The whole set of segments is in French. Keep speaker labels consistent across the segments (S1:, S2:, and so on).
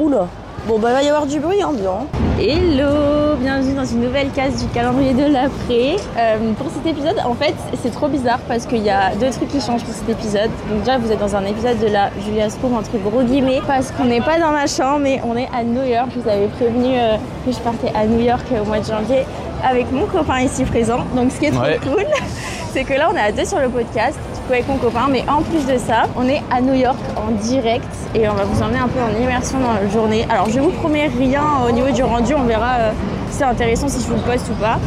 S1: Bon, bah, il va y avoir du bruit ambiant.
S2: Hello, bienvenue dans une nouvelle case du calendrier de l'après. Euh, pour cet épisode, en fait, c'est trop bizarre parce qu'il y a deux trucs qui changent pour cet épisode. Donc déjà, vous êtes dans un épisode de la Julia Sproul entre gros guillemets parce qu'on n'est pas dans ma chambre, mais on est à New York. Je vous avais prévenu euh, que je partais à New York euh, au mois de janvier avec mon copain ici présent. Donc ce qui est trop
S3: Ouais.
S2: cool, c'est que là, on est à deux sur le podcast. Du coup, avec mon copain, mais en plus de ça, on est à New York en direct et on va vous emmener un peu en immersion dans la journée. Alors, je vous promets rien au niveau du rendu, on verra euh, si c'est intéressant, si je vous le poste ou pas.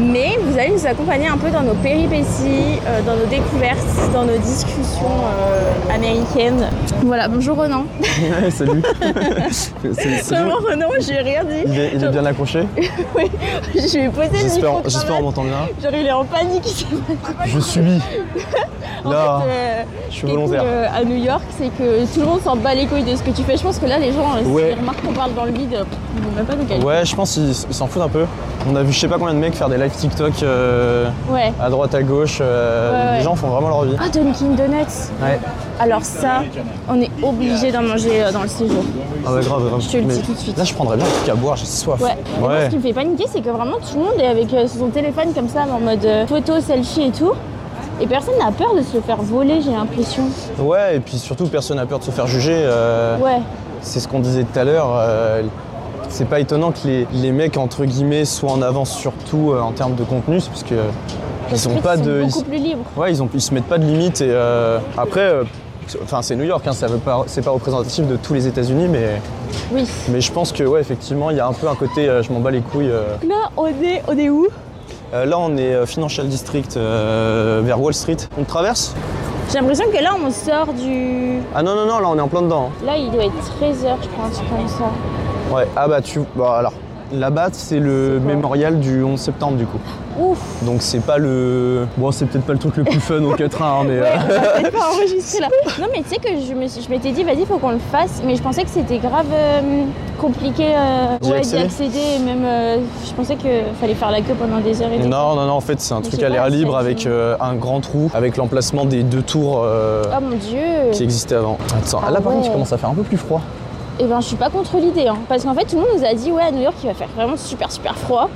S2: Mais vous allez nous accompagner un peu dans nos péripéties, euh, dans nos découvertes, dans nos discussions euh, américaines. Voilà, bonjour Renan.
S3: Ouais, salut. C'est- c'est
S2: Vraiment
S3: bon.
S2: Renan, j'ai rien dit.
S3: il, est, il est bien accroché.
S2: Je lui ai posé le micro.
S3: J'espère
S2: de
S3: j'espère on
S2: travail.
S3: m'entend bien.
S2: Genre, il est en panique. il s'est
S3: Je subis.
S2: En
S3: Là,
S2: fait, euh,
S3: je
S2: ce
S3: suis
S2: qui est cool,
S3: volontaire.
S2: euh, à New York, c'est que tout le monde s'en bat les couilles de ce que tu fais. Je pense que là, les gens, euh,
S3: Ouais.
S2: s'ils remarquent qu'on parle dans le vide, euh, ils vont même pas nous calculer.
S3: Ouais, je pense qu'ils ils s'en foutent un peu. On a vu je sais pas combien de mecs faire des lives TikTok euh,
S2: Ouais.
S3: à droite à gauche. euh,
S2: Ouais, Ah. ouais.
S3: Les gens font vraiment leur vie.
S2: Ah, Dunkin' Donuts
S3: Ouais.
S2: Alors ça, on est obligé d'en manger euh, dans le séjour.
S3: Ah ouais, grave, grave.
S2: Je te le dis
S3: Mais
S2: tout de suite.
S3: Là, je prendrais bien un truc à boire, j'ai soif.
S2: Ouais. Et moi, ce qui me fait paniquer, c'est que vraiment tout le monde est avec euh, son téléphone comme ça, en mode euh, photo, selfie et tout. Et personne n'a peur de se le faire voler, j'ai l'impression.
S3: Ouais, et puis surtout, personne n'a peur de se faire juger. euh,
S2: Ouais.
S3: C'est ce qu'on disait tout à l'heure. euh, c'est pas étonnant que les, les mecs, entre guillemets, soient en avance, surtout euh, en termes de contenu, c'est parce que. Ils
S2: Parce
S3: sont
S2: que
S3: pas
S2: ils sont
S3: de. ils-
S2: beaucoup plus libres.
S3: Ouais, ils, ont, ils se mettent pas de limites et euh, après, euh, c'est- enfin c'est New York, hein, ça veut pas, c'est pas représentatif de tous les États-Unis, mais,
S2: Oui.
S3: mais je pense que ouais, effectivement, il y a un peu un côté, euh, je m'en bats les couilles. euh.
S2: Là, on est, on est où
S3: Euh, là, on est euh, Financial District euh, vers Wall Street. On traverse
S2: J'ai l'impression que là, on sort du.
S3: Ah non non non, là on est en plein dedans. hein.
S2: Là, il doit être 13h, je pense, comme ça.
S3: Ouais. Ah bah tu, bon alors. Là-bas, c'est le
S2: C'est quoi
S3: mémorial du 11 septembre du coup.
S2: Ouf
S3: Donc c'est pas le, bon c'est peut-être pas le truc le plus fun au 4 1 mais. euh,
S2: On va enregistrer là. Non, mais tu sais que je me suis- je m'étais dit, vas-y, faut qu'on le fasse, mais je pensais que c'était grave euh, compliqué euh,
S3: D'y
S2: ouais, d'y
S3: accéder.
S2: accéder. et Même, euh, je pensais qu'il fallait faire la queue pendant des heures et des heures.
S3: Non, non, non, en fait, c'est un
S2: Mais
S3: truc
S2: c'est
S3: à
S2: quoi,
S3: l'air libre
S2: c'est-
S3: avec euh, un grand trou, avec l'emplacement des deux tours euh,
S2: Oh mon
S3: qui
S2: dieu
S3: existait avant. Attends,
S2: Ah
S3: là par contre, il
S2: ouais.
S3: commence à faire un peu plus froid.
S2: Et ben, je suis pas contre l'idée, hein, parce qu'en fait, tout le monde nous a dit, ouais, à New York, il va faire vraiment super, super froid.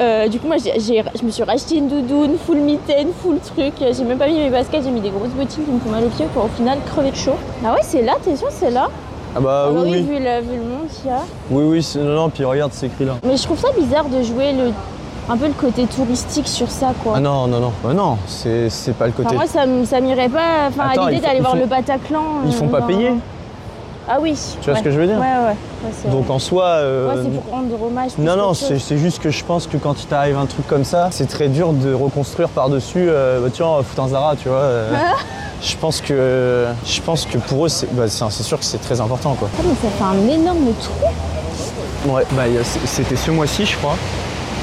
S2: Euh, du coup, moi, j'ai- j'ai- je me suis racheté une doudoune, full mitaine, full truc. J'ai même pas mis mes baskets, j'ai mis des grosses bottines qui me font mal aux pieds pour au final crever de chaud. Ah ouais, c'est là, t'es sûr, c'est là
S3: Ah bah
S2: Ah bah
S3: oui, oui,
S2: Vu, le, vu le monde qu'il y a.
S3: oui, oui, c'est- non, non, puis regarde, c'est écrit là.
S2: Mais je trouve ça bizarre de jouer le, un peu le côté touristique sur ça, quoi.
S3: Ah non, non, non, bah non, c'est c'est pas le côté.
S2: enfin, moi, ça, m- ça m'irait pas. Enfin,
S3: Attends,
S2: à
S3: ils
S2: l'idée
S3: font-
S2: d'aller
S3: ils
S2: voir
S3: font-
S2: le Bataclan.
S3: Ils
S2: euh,
S3: font pas
S2: dans-
S3: payer,
S2: Ah oui.
S3: tu vois ce que je veux dire
S2: Ouais, ouais. ouais c'est
S3: Donc
S2: vrai.
S3: en soi. euh,
S2: Ouais, c'est pour rendre hommage. plus
S3: Non, non,
S2: qu'autre
S3: c'est
S2: chose.
S3: c'est juste que je pense que quand il t'arrive un truc comme ça, c'est très dur de reconstruire par-dessus, euh, bah, tiens, on va foutre un Zara, tu vois. euh, je pense que je pense que pour eux, c'est bah, c'est c'est sûr que c'est très important, quoi.
S2: Ah, mais ça fait un énorme trou.
S3: Ouais, bah, il y a- c'était ce mois-ci, je crois.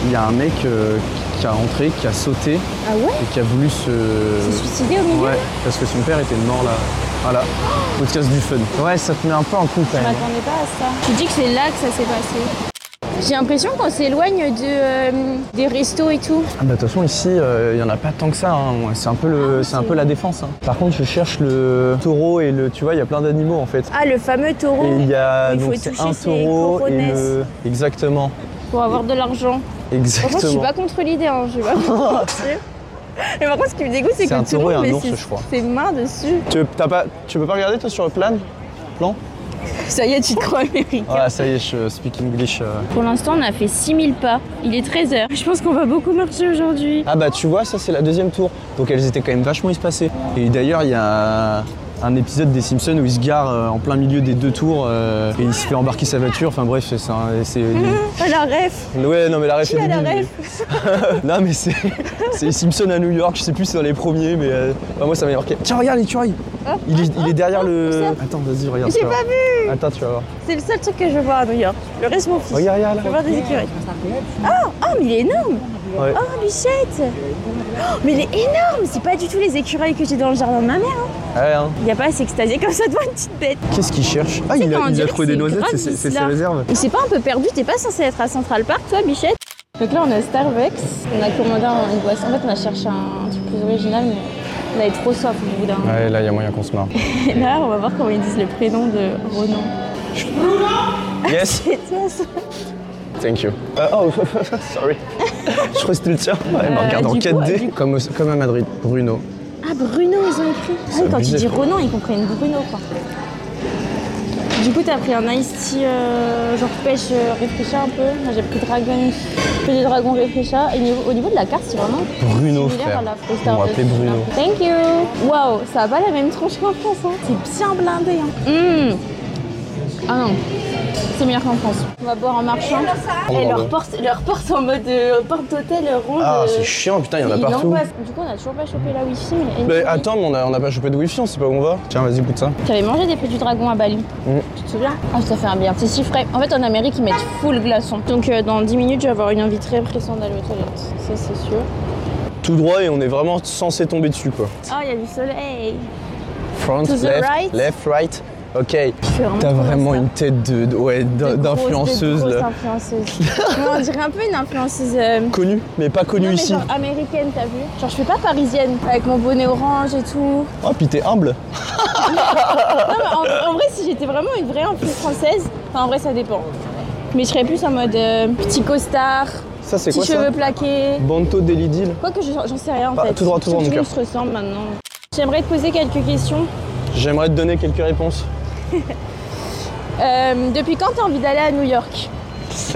S3: Il y a un mec euh, qui- qui a rentré, qui a sauté et
S2: Ah ouais
S3: qui a voulu se.
S2: C'est suicidé au milieu
S3: Ouais, parce que son père était mort là. Voilà. Podcast du fun. Ouais, ça te met un peu en coup
S2: Je
S3: quand même.
S2: m'attendais pas à ça. Tu dis que c'est là que ça s'est passé. J'ai l'impression qu'on s'éloigne de, euh, des restos et tout.
S3: Ah bah, de toute façon, ici, euh, il y en a pas tant que ça. hein. Ouais, C'est un peu, le,
S1: Ah,
S3: c'est un peu la défense. hein. Par contre, je cherche le taureau et le. Tu vois, il y a plein d'animaux en fait.
S1: Ah, le fameux
S3: Et
S1: taureau.
S3: il y a
S1: Il faut
S3: donc
S1: y
S3: c'est
S1: toucher
S3: un
S1: ses
S3: taureau et le.
S1: coronets.
S3: Exactement.
S2: Pour avoir de l'argent. Par contre, je suis
S3: Exactement.
S2: pas contre l'idée, hein, je vais pas vous mentir. Mais par contre, ce qui me dégoûte, c'est
S3: C'est un
S2: que tout le
S3: taureau et
S2: monde
S3: un
S2: met
S3: ours,
S2: ses,
S3: je crois.
S2: ses mains dessus.
S3: Tu, t'as pas, tu peux pas regarder toi sur le plan Plan
S2: Ça y est, tu te crois américain.
S3: Ouais, ça y est, je speak English. euh.
S2: Pour l'instant, on a fait 6000 pas. Il est 13h. Je pense qu'on va beaucoup marcher aujourd'hui.
S3: Ah bah tu vois, ça c'est la deuxième tour. Donc elles étaient quand même vachement espacées. Et d'ailleurs, il y a un épisode des Simpsons où il se gare euh, en plein milieu des deux tours euh, et il se fait embarquer sa voiture. Enfin bref, c'est un- c'est...
S2: Ah, la ref
S3: Ouais, non mais la ref est
S2: a la
S3: débile, mais- Non mais c'est c'est les Simpsons à New York, je sais plus c'est dans les premiers, mais euh, enfin, moi ça m'a marqué. Tiens, regarde l'écureuil
S2: Hein
S3: il, est, il est derrière le... Attends, vas-y, regarde.
S2: J'ai
S3: tu vas
S2: pas
S3: voir. Attends, tu vas voir.
S2: C'est le seul truc que je vois à New York. Le reste, mon fils.
S3: Regarde, regarde
S2: Je veux
S3: là.
S2: voir des écureuils. Ah, ah, mais il est énorme
S3: Ouais.
S2: Oh, bichette Oh, Mais il est énorme C'est pas du tout les écureuils que j'ai dans le jardin de ma mère. hein.
S3: Ouais, hein.
S2: Il n'y a pas à s'extasier comme ça devant une petite bête.
S3: Qu'est-ce qu'il cherche Ah, il
S2: quand on
S3: a, il a
S2: dirait
S3: trouvé
S2: que
S3: des
S2: c'est
S3: noisettes,
S2: grave
S3: c'est- c'est c'est ses
S2: bizarre.
S3: réserves.
S2: Mais c'est pas un peu perdu, t'es pas censé être à Central Park toi Bichette Donc là on est à Starbucks, on a commandé un- une boisson, en fait on a cherché un, un truc plus original mais on avait trop soif au bout d'un moment.
S3: Ouais, là, il y a moyen qu'on se marre.
S2: Et là on va voir comment ils disent le prénom de Ronan.
S3: Yes
S2: Déteste.
S3: Thank you. Euh, oh, sorry. Je crois que c'était le tien. Ouais, elle me
S2: Euh,
S3: regarde en
S2: du coup,
S3: 4D.
S2: du-
S3: Comme, au- comme à Madrid, Bruno.
S2: Ah, Bruno, ils ont écrit. Ah oui, quand tu
S3: abusé.
S2: dis Ronan, ils comprennent Bruno, quoi. Du coup, t'as pris un ice tea, euh, genre pêche euh, réfléchir un peu. Moi, j'ai pris dragon, pêche des dragons réfléchir. Et niveau- au niveau de la carte, c'est vraiment
S3: Bruno,
S2: similaire
S3: frère.
S2: à la
S3: Ils
S2: Freestar.
S3: m'ont appelé Bruno.
S2: Thank you. Waouh, ça a pas la même tronche qu'en France, hein. C'est bien blindé, hein.
S3: Hmm.
S2: Mmh. Ah non. C'est meilleur qu'en France. On va boire en marchant. Et leur porte, leur porte en mode euh, porte d'hôtel ronde.
S3: Ah,
S2: euh,
S3: c'est chiant, putain, il y en a
S2: il
S3: partout.
S2: angoisse. Du coup, on a toujours pas chopé la wifi, mais elle est
S3: Mais
S2: sur-
S3: attends, mais on a, on a pas chopé de wifi, on sait pas où on va. Tiens, vas-y, goûte ça.
S2: Tu avais mangé des petits dragons à Bali.
S3: Hmm.
S2: Tu te souviens Ah, ça fait un bien. C'est si frais. En fait, en Amérique, ils mettent full glaçon. Donc, euh, dans 10 minutes, je vais avoir une envie très pressante d'aller aux toilettes. Ça, c'est sûr.
S3: Tout droit et on est vraiment censé tomber dessus, quoi.
S2: Oh, il y a du soleil.
S3: Front,
S2: To the
S3: left,
S2: right.
S3: left, right. Ok.
S2: Je suis vraiment
S3: T'as
S2: trop
S3: vraiment
S2: dans ça.
S3: une tête de, de- ouais, d'in-
S2: De grosse-
S3: d'influenceuse,
S2: de grosse
S3: là.
S2: influenceuse. Ouais, on dirait un peu une influenceuse. euh,
S3: Connue, mais pas connue
S2: non, mais
S3: ici.
S2: genre américaine, t'as vu Genre, je fais pas parisienne avec mon bonnet orange et tout.
S3: Oh, puis t'es humble.
S2: Non, mais en, en vrai, si j'étais vraiment une vraie en plus française, enfin, en vrai, ça dépend. Mais je serais plus en mode euh, petit costard,
S3: Ça, c'est
S2: petits
S3: quoi
S2: cheveux
S3: ça
S2: plaqués.
S3: Banto Daily Deal.
S2: Quoique, je- j'en sais rien en
S3: Bah,
S2: fait.
S3: tout droit, tout droit,
S2: Tous
S3: mon
S2: les
S3: cœur.
S2: se ressemblent maintenant. J'aimerais te poser quelques questions.
S3: J'aimerais te donner quelques réponses.
S2: Euh, depuis quand t'as envie d'aller à New York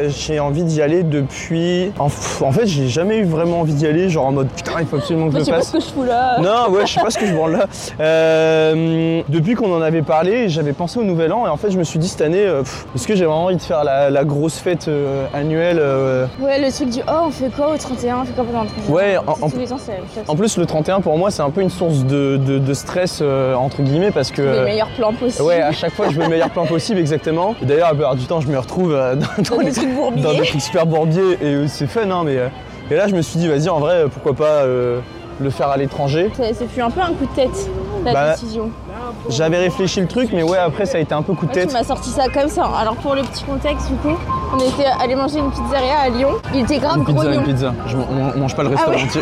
S3: J'ai envie d'y aller depuis. En, f- en fait, j'ai jamais eu vraiment envie d'y aller, genre en mode putain, il faut absolument que
S2: Moi,
S3: je
S2: je
S3: le
S2: sais pas
S3: fasse.
S2: ce que je fous là.
S3: Non, ouais, je sais pas ce que je branle là. Euh, depuis qu'on en avait parlé, j'avais pensé au Nouvel An et en fait, je me suis dit cette année, euh, pff, est-ce que j'ai vraiment envie de faire la, la grosse fête euh, annuelle euh,
S2: Ouais, le truc du oh, on fait quoi au 31 On fait quoi pendant le 31
S3: Ouais, en-
S2: C'est
S3: en-
S2: Tous les ans, c'est la même chose.
S3: En plus, le 31 pour moi, c'est un peu une source de, de- de stress euh, entre guillemets parce que. euh,
S2: Le meilleur plan possible.
S3: Ouais, à chaque fois, je veux le meilleur plan possible, exactement. Et D'ailleurs, la plupart du temps, je me retrouve euh, dans, dans
S2: Dans
S3: les
S2: des trucs
S3: dans des
S2: bourbiers.
S3: trucs super bourbiers et euh, c'est fun hein mais euh, et là je me suis dit vas-y en vrai euh, pourquoi pas euh, le faire à l'étranger
S2: Ça ça fut un peu un coup de tête, la
S3: Bah,
S2: décision.
S3: j'avais réfléchi le truc mais ouais après ça a été un peu coup de
S2: Moi, tu
S3: tête
S2: m'as sorti ça comme ça. Alors, pour le petit contexte, du coup, on était allé manger une pizzeria à Lyon. Il était grave
S3: une
S2: gros
S3: pizza une pizza je m- on mange pas le restaurant
S2: ouais.
S3: entier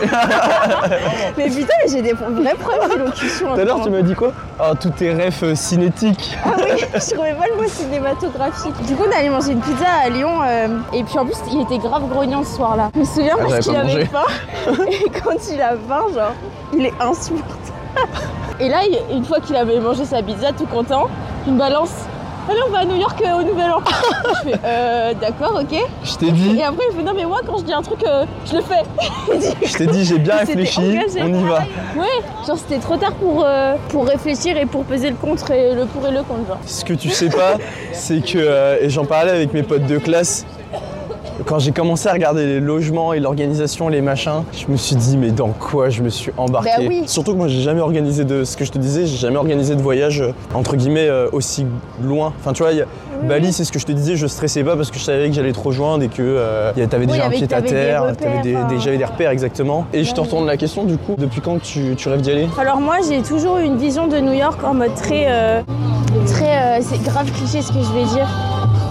S2: Mais putain, j'ai des vraies preuves d'élocution.
S3: tout à l'heure tu m'as dit quoi Ah, tous tes rêves euh, cinétiques
S2: Je trouvais pas le mot cinématographique. Du coup, on est allé manger une pizza à Lyon. euh, et puis en plus, il était grave grognon ce soir-là. Je me souviens
S3: Ah,
S2: parce
S3: j'avais
S2: qu'il
S3: pas
S2: avait faim. Et quand il a faim, genre, il est insupportable. Et là, il- une fois qu'il avait mangé sa pizza, tout content, il me balance. Allez, on va à New York euh, au Nouvel An. je fais euh, d'accord, ok.
S3: je t'ai dit
S2: Et après, il me fait non, mais moi, quand je dis un truc, euh, je le fais. Il dit,
S3: je t'ai dit j'ai bien
S2: Il s'était
S3: réfléchi
S2: engagé.
S3: on y va
S2: ouais, genre, c'était trop tard pour, euh, pour réfléchir et pour peser le contre et le pour et le contre. Genre.
S3: ce que tu sais pas c'est que euh, et j'en parlais avec mes potes de classe quand j'ai commencé à regarder les logements et l'organisation, les machins, je me suis dit mais dans quoi je me suis embarqué
S2: Bah oui.
S3: Surtout que moi j'ai jamais organisé de ce que je te disais, j'ai jamais organisé de voyage euh, entre guillemets euh, aussi loin. Enfin tu vois, il y a- Bali c'est ce que je te disais, je stressais pas parce que je savais que j'allais te rejoindre et que euh, y a- t'avais
S2: Oui,
S3: déjà un
S2: avec-
S3: pied à
S2: t'avais des
S3: terre,
S2: repères,
S3: t'avais des,
S2: enfin.
S3: des- j'avais des repères exactement. Et je te
S2: Ouais.
S3: retourne la question du coup, depuis quand tu, tu rêves d'y aller
S2: Alors moi j'ai toujours eu une vision de New York en mode très euh, très euh, c'est grave cliché ce que je vais dire.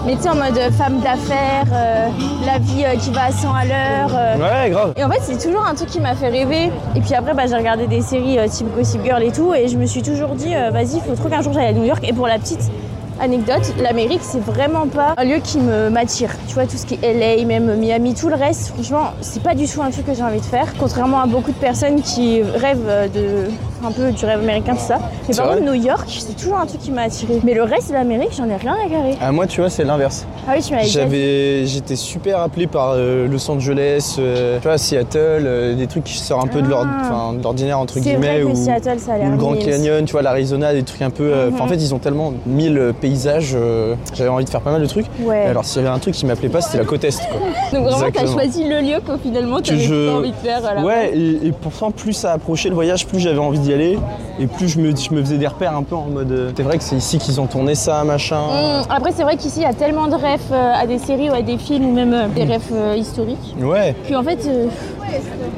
S2: Mais tu sais en mode euh, femme d'affaires, euh, la vie euh, qui va à 100 à l'heure. euh.
S3: Ouais grave.
S2: Et en fait c'est toujours un truc qui m'a fait rêver. Et puis après bah, j'ai regardé des séries euh, type Gossip Girl et tout et je me suis toujours dit euh, vas-y faut trop qu'un jour j'aille à New York. Et pour la petite anecdote, l'Amérique c'est vraiment pas un lieu qui me m'attire. Tu vois tout ce qui est LA, même Miami, tout le reste franchement c'est pas du tout un truc que j'ai envie de faire. Contrairement à beaucoup de personnes qui rêvent euh, de un peu du rêve américain, tout ça. Mais
S3: C'est
S2: par
S3: vrai
S2: contre, New York, c'est toujours un truc qui m'a attiré. Mais le reste de l'Amérique, j'en ai rien à carrer.
S3: Ah, moi tu vois c'est l'inverse.
S2: Ah oui, tu m'avais dit.
S3: J'avais, j'étais super appelé par euh, Los Angeles, euh, tu vois, Seattle, euh, des trucs qui sortent un peu de l'ord-
S2: Ah.
S3: enfin, de l'ordinaire entre
S2: C'est vrai
S3: guillemets,
S2: que
S3: ou,
S2: Seattle, Mhm. ça a
S3: ou
S2: l'air
S3: le Grand
S2: immense.
S3: Canyon, tu vois, l'Arizona, des trucs un peu. euh, enfin, En fait, ils ont tellement mille paysages. euh, J'avais envie de faire pas mal de trucs.
S2: Ouais.
S3: Et Alors, s'il y avait un truc qui m'appelait pas, c'était la côte est. quoi.
S2: Donc vraiment, t'as
S3: Exactement.
S2: choisi le lieu que finalement
S3: Que
S2: t'avais
S3: je-
S2: pas envie de faire. à la base.
S3: Ouais, et, et pourtant, plus ça approchait le voyage, plus j'avais envie d'y aller, et plus je me, je me faisais des repères un peu en mode. euh, c'est vrai que c'est ici qu'ils ont tourné ça, machin.
S2: Hum, Après, c'est vrai qu'ici, il y a tellement de rêves euh, à des séries ou à des films ou même euh, des rêves euh, historiques.
S3: Ouais.
S2: Puis en fait, euh,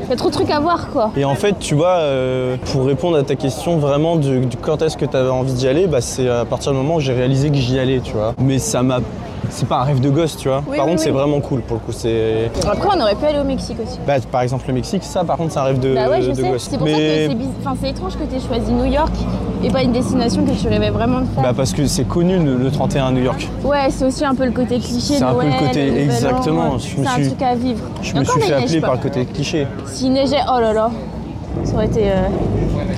S2: il y a trop de trucs à voir quoi.
S3: Et en fait, tu vois, euh, pour répondre à ta question vraiment de, de quand est-ce que tu avais envie d'y aller, bah, c'est à partir du moment où j'ai réalisé que j'y allais, tu vois. Mais ça m'a c'est pas un rêve de gosse, tu vois.
S2: Oui,
S3: par
S2: oui,
S3: contre,
S2: oui.
S3: c'est vraiment cool pour le coup. C'est
S2: Après, on aurait pu aller au Mexique aussi.
S3: Bah, par exemple, le Mexique, ça, par contre, c'est un rêve de,
S2: bah ouais, je
S3: Euh, de
S2: sais.
S3: gosse.
S2: C'est pour ça
S3: Mais-
S2: que c'est biz- enfin, c'est étrange que tu aies choisi New York et pas une destination que tu rêvais vraiment de faire.
S3: bah, parce que c'est connu le, le 31 à New York.
S2: Ouais, c'est aussi un peu le côté cliché.
S3: C'est un peu le
S2: Noël,
S3: côté-
S2: Nouvel An,
S3: exactement, je me
S2: C'est un
S3: suis-
S2: truc à vivre.
S3: Je
S2: Et
S3: me
S2: encore,
S3: suis
S2: là, il
S3: fait
S2: neige
S3: appeler
S2: pas.
S3: par le côté cliché.
S2: S'il neigeait, oh là là, ça aurait été euh,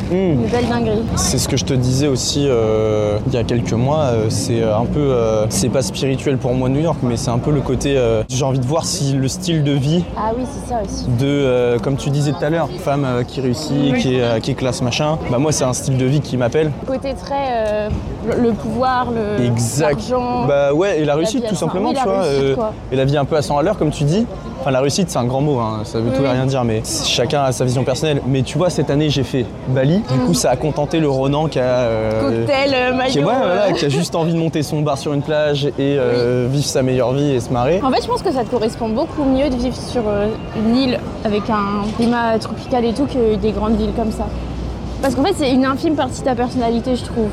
S3: Hmm.
S2: une belle dinguerie.
S3: C'est ce que je te disais aussi euh, il y a quelques mois. euh, c'est un peu, euh, c'est pas spirituel pour moi New York, mais c'est un peu le côté. euh, J'ai envie de voir si le style de vie
S2: Ah oui, c'est ça aussi.
S3: de, euh, comme tu disais tout à l'heure, femme euh, qui réussit, qui est, euh, qui est classe machin. Bah moi, c'est un style de vie qui m'appelle.
S2: Côté très euh, le- le pouvoir, le
S3: Exact.
S2: l'argent.
S3: Bah ouais, et la réussite
S2: vie à-
S3: tout
S2: enfin,
S3: simplement,
S2: oui, la
S3: tu vois. euh,
S2: réussite, quoi.
S3: et la vie un peu à 100 à l'heure, comme tu dis. Enfin, la réussite, c'est un grand mot, hein, ça veut tout et rien dire, mais c'est- chacun a sa vision personnelle. Mais tu vois, cette année, j'ai fait Bali. Du coup, ça a contenté le Ronan qui a. euh,
S2: Cocktail, euh,
S3: qui,
S2: maillot.
S3: ouais, voilà,
S2: euh.
S3: qui a juste envie de monter son bar sur une plage et euh, vivre sa meilleure vie et se marrer.
S2: En fait, je pense que ça te correspond beaucoup mieux de vivre sur euh, une île avec un climat tropical et tout que des grandes villes comme ça. Parce qu'en fait, c'est une infime partie de ta personnalité, je trouve.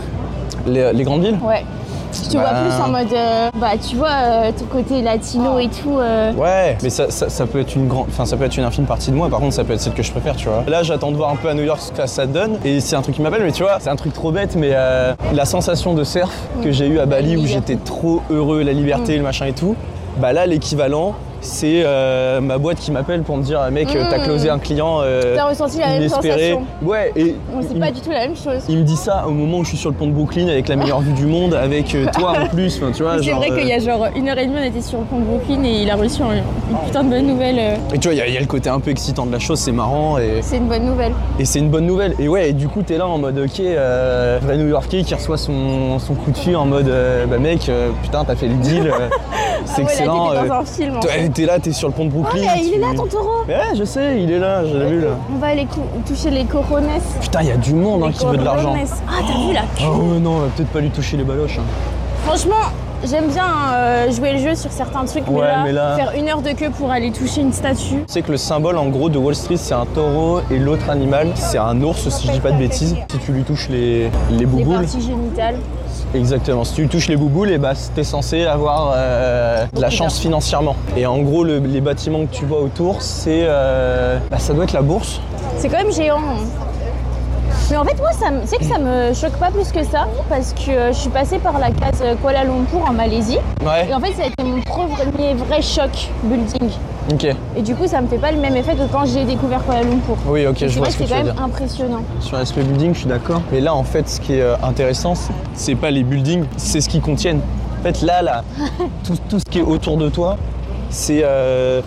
S3: Les, les grandes villes
S2: Ouais. Je te
S3: Bah.
S2: vois plus en mode, euh, bah tu vois, euh, ton côté latino et tout. euh,
S3: Ouais, mais ça, ça- ça peut être une grande, enfin ça peut être une infime partie de moi. Par contre, ça peut être celle que je préfère, tu vois. Là, j'attends de voir un peu à New York ce que ça donne. Et c'est un truc qui m'appelle, mais tu vois, c'est un truc trop bête, mais euh, la sensation de surf que j'ai eu à Bali où
S2: liberté.
S3: j'étais trop heureux, la liberté,
S2: Mm.
S3: le machin et tout. Bah là, l'équivalent, c'est euh, ma boîte qui m'appelle pour me dire, mec, euh, t'as
S2: Mm.
S3: closé un client euh,
S2: T'as ressenti la même
S3: inespéré.
S2: sensation.
S3: Ouais, et
S2: Bon, c'est
S3: il-
S2: pas du tout la même chose.
S3: Il me dit ça au moment où je suis sur le pont de Brooklyn avec la meilleure vue du monde, avec euh, toi en plus, enfin, tu vois.
S2: C'est
S3: genre,
S2: vrai
S3: euh,
S2: qu'il y a genre une heure et demie, on était sur le pont de Brooklyn et il a reçu un- une putain de bonne nouvelle. euh,
S3: Et tu vois, il y a- il y, a le côté un peu excitant de la chose, c'est marrant et,
S2: C'est une bonne nouvelle.
S3: et c'est une bonne nouvelle. Et ouais, et du coup, t'es là en mode, ok, euh, vrai New Yorkais qui reçoit son, son coup de fil en mode, euh, bah mec, euh, putain, t'as fait le deal, euh, c'est
S2: Ah ouais, là,
S3: excellent.
S2: t'étais
S3: euh,
S2: dans un film. en
S3: toi,
S2: fait.
S3: t'es là, t'es sur le pont de
S2: Oh,
S3: Brooklyn.
S2: il est
S3: tu-
S2: là ton taureau
S3: Ouais, je sais, il est là, je l'ai vu là.
S2: On va aller cou- toucher les coronets.
S3: Putain, il y a du monde hein, qui veut de l'argent.
S2: Ah, t'as vu la
S3: Ah ouais, non, on va peut-être pas lui toucher les baloches. hein.
S2: Franchement, j'aime bien euh, jouer le jeu sur certains trucs, mais,
S3: Ouais,
S2: là,
S3: mais là-
S2: faire une heure de queue pour aller toucher une statue.
S3: Tu sais que le symbole en gros de Wall Street c'est un taureau et l'autre animal c'est un ours si je dis pas de bêtises. Si tu lui touches les, les
S2: Les
S3: bouboules,
S2: parties génitales.
S3: exactement, si tu lui touches les bouboules, et bah t'es censé avoir euh, de la chance financièrement. Et en gros le- les bâtiments que tu vois autour c'est euh, bah, ça doit être la bourse.
S2: C'est quand même géant. hein. Mais en fait, moi, ça me- tu sais que ça me choque pas plus que ça, parce que euh, je suis passée par la case Kuala Lumpur en Malaisie,
S3: Ouais,
S2: et en fait, ça a été mon premier vrai choc building.
S3: ok,
S2: Et du coup, ça me fait pas le même effet que quand j'ai découvert Kuala Lumpur.
S3: oui ok je
S2: C'est
S3: vois
S2: vrai
S3: ce
S2: que
S3: que
S2: c'est
S3: tu veux
S2: quand
S3: dire.
S2: même impressionnant.
S3: Sur l'aspect building, je suis d'accord. Mais là, en fait, ce qui est euh, intéressant, c'est- c'est pas les buildings, c'est ce qu'ils contiennent. En fait, là, là, tout, tout ce qui est autour de toi, c'est euh,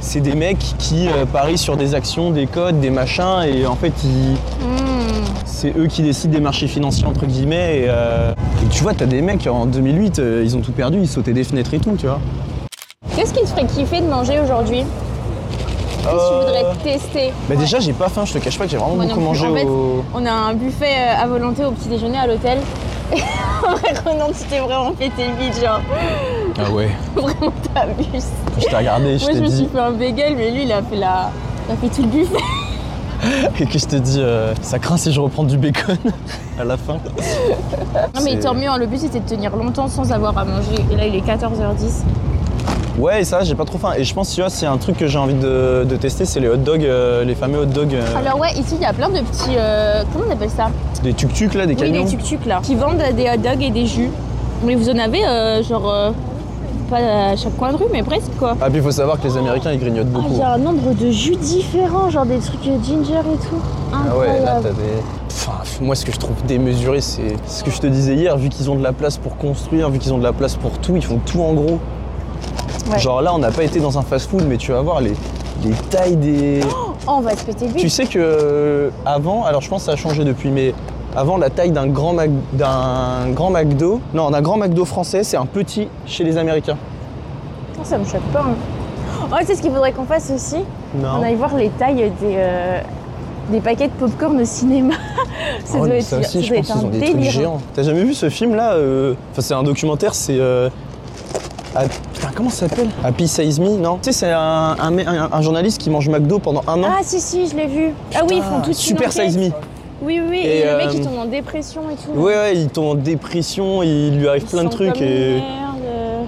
S3: c'est des mecs qui euh, parient sur des actions, des codes, des machins, et en fait, ils-
S2: Hmm.
S3: c'est eux qui décident des marchés financiers, entre guillemets. Et, euh, et tu vois, t'as des mecs en 2008, euh, ils ont tout perdu, ils sautaient des fenêtres et tout, tu vois.
S2: Qu'est-ce qui te ferait kiffer de manger aujourd'hui Qu'est-ce que tu
S3: Euh,
S2: voudrais tester
S3: Bah, déjà, j'ai pas faim, je te cache pas que j'ai vraiment
S2: Moi non
S3: beaucoup
S2: plus.
S3: mangé
S2: En fait,
S3: au.
S2: On a un buffet euh, à volonté au petit déjeuner à l'hôtel. En vrai, Renan, tu t'es vraiment pété le bide, genre,
S3: Ah ouais.
S2: vraiment t'abuses.
S3: Quand je t'ai regardé, je
S2: Moi, je
S3: t'ai
S2: me suis
S3: dit.
S2: fait un bagel, mais lui, il a fait la... Il a fait tout le buffet.
S3: Et que je t'ai dit, euh, ça craint si je reprends du bacon à la fin.
S2: Non, mais
S3: C'est-
S2: tant mieux, hein, le but c'était de tenir longtemps sans avoir à manger. Et là, il est 14h10.
S3: Ouais, et ça, j'ai pas trop faim. Et je pense, tu vois, c'est un truc que j'ai envie de, de tester, c'est les hot dogs, euh, les fameux hot dogs, euh,
S2: Alors, ouais, ici, il y a plein de petits. euh, Comment on appelle ça
S3: des tuk-tuk là, des
S2: Oui,
S3: camions.
S2: les tuk-tuk là, qui vendent des hot dogs et des jus. Mais vous en avez euh, genre euh, pas à chaque coin de rue, mais presque quoi.
S3: ah, puis il faut savoir que les Américains ils grignotent
S1: Ah, il
S3: beaucoup.
S1: y a un nombre de jus différents, genre des trucs ginger et tout.
S3: Ah
S1: Incroyable.
S3: ouais, là t'as des. Enfin, moi ce que je trouve démesuré, c'est ce que je te disais hier, vu qu'ils ont de la place pour construire, vu qu'ils ont de la place pour tout, ils font tout en gros.
S2: Ouais.
S3: Genre là, on n'a pas été dans un fast-food, mais tu vas voir les, les tailles des.
S2: Oh, on va se péter le
S3: Tu
S2: bide.
S3: sais que euh, avant, alors je pense que ça a changé depuis, mais avant la taille d'un grand Mac- d'un grand McDo, non d'un grand McDo français, c'est un petit chez les Américains.
S2: Oh, Ça me choque pas. hein. Oh, tu sais ce qu'il faudrait qu'on fasse aussi
S3: Non.
S2: On aille voir les tailles des, euh, des paquets de popcorn au cinéma. ça doit être,
S3: Ah Oh, ça aussi,
S2: ça
S3: je
S2: doit
S3: pense
S2: être
S3: qu'ils
S2: un
S3: ont des
S2: délire.
S3: trucs géants. hein. T'as jamais vu ce film là euh, Enfin, c'est un documentaire, c'est. euh, ah, putain, comment ça s'appelle Happy Size Me, non Tu sais, c'est un, un mec- un- un journaliste qui mange McDo pendant un an.
S2: Ah si si, je l'ai vu. ah oui, ils font tout
S3: Super Size Me.
S2: Oui oui, oui.
S3: Et,
S2: et, le mec
S3: euh,
S2: il tombe en dépression et tout.
S3: Ouais, ouais, il tombe en dépression, il lui arrive
S2: Ils
S3: plein de
S2: sont
S3: trucs
S2: comme
S3: et.
S2: une merde.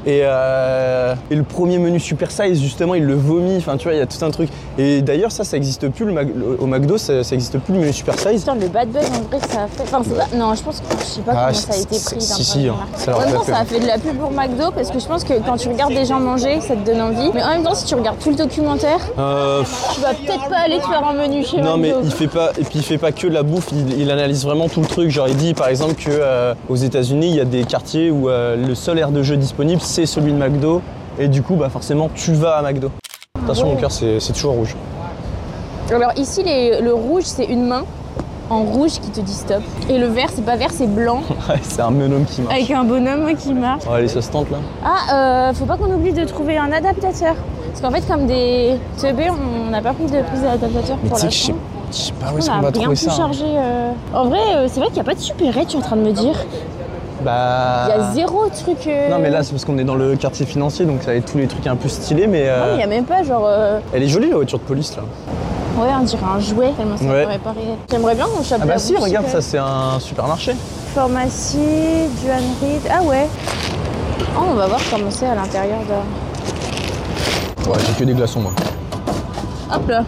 S3: Et, euh, et le premier menu super size, justement, il le vomit. Enfin, tu vois, il y a tout un truc. Et d'ailleurs, ça, ça existe plus le Mac- au McDo, ça, ça existe plus le menu super size.
S2: Putain, le bad buzz en vrai que ça a fait. Enfin, c'est pas- Non, je pense que je sais pas
S3: Ah,
S2: comment
S3: je-
S2: ça a été pris.
S3: si,
S2: d'un
S3: si,
S2: point de vue
S3: hein.
S2: marketing.
S3: Ça
S2: en
S3: leur
S2: même
S3: a
S2: temps,
S3: fait
S2: ça a
S3: peur.
S2: fait de la pub pour McDo parce que je pense que quand tu regardes des gens manger, ça te donne envie. Mais en même temps, si tu regardes tout le documentaire,
S3: Euh, pff,
S2: tu vas peut-être pas aller te faire un menu chez
S3: non, mais
S2: McDo.
S3: il fait pas. Et puis, il fait pas que de la bouffe. Il, il analyse vraiment tout le truc. Genre, il dit, par exemple, que euh, aux États-Unis, il y a des quartiers où euh, le seul aire de jeu disponible, c'est celui de McDo. Et du coup, bah, forcément, tu vas à McDo. Attention, mon cœur, c'est c'est toujours rouge.
S2: Alors ici, les- le rouge, c'est une main en rouge qui te dit stop. Et le vert, c'est pas vert, c'est blanc.
S3: Ouais, c'est un bonhomme qui marche.
S2: Avec un bonhomme qui marche.
S3: Oh, allez, ça se tente là.
S2: Ah, euh, faut pas qu'on oublie de trouver un adaptateur. Parce qu'en fait, comme des teubés, on n'a pas pris de prise d'adaptateur
S3: Mais
S2: pour
S3: tu sais
S2: la
S3: que je sais- je sais pas où est-ce
S2: On
S3: qu'on
S2: a
S3: va
S2: bien
S3: trouver
S2: plus
S3: ça. hein.
S2: chargé. euh. En vrai, euh, c'est vrai qu'il n'y a pas de supérette, tu es en train de me dire.
S3: Bah.
S2: Il y a zéro truc. euh,
S3: Non mais là c'est parce qu'on est dans le quartier financier donc ça va être tous les trucs un peu stylés mais, euh,
S2: Non, Ah, mais il n'y a même pas genre. euh,
S3: elle est jolie la voiture de police là.
S2: Ouais, on dirait un jouet tellement ça
S3: Ouais.
S2: paraît pas réel. J'aimerais bien qu'on chope la
S3: Ah bah si
S2: boutique,
S3: regarde
S2: euh.
S3: ça c'est un supermarché.
S2: Pharmacie, Duan Reed. Ah ouais. Oh, on va voir comment c'est à l'intérieur de.
S3: Ouais j'ai que des glaçons moi.
S2: Hop là.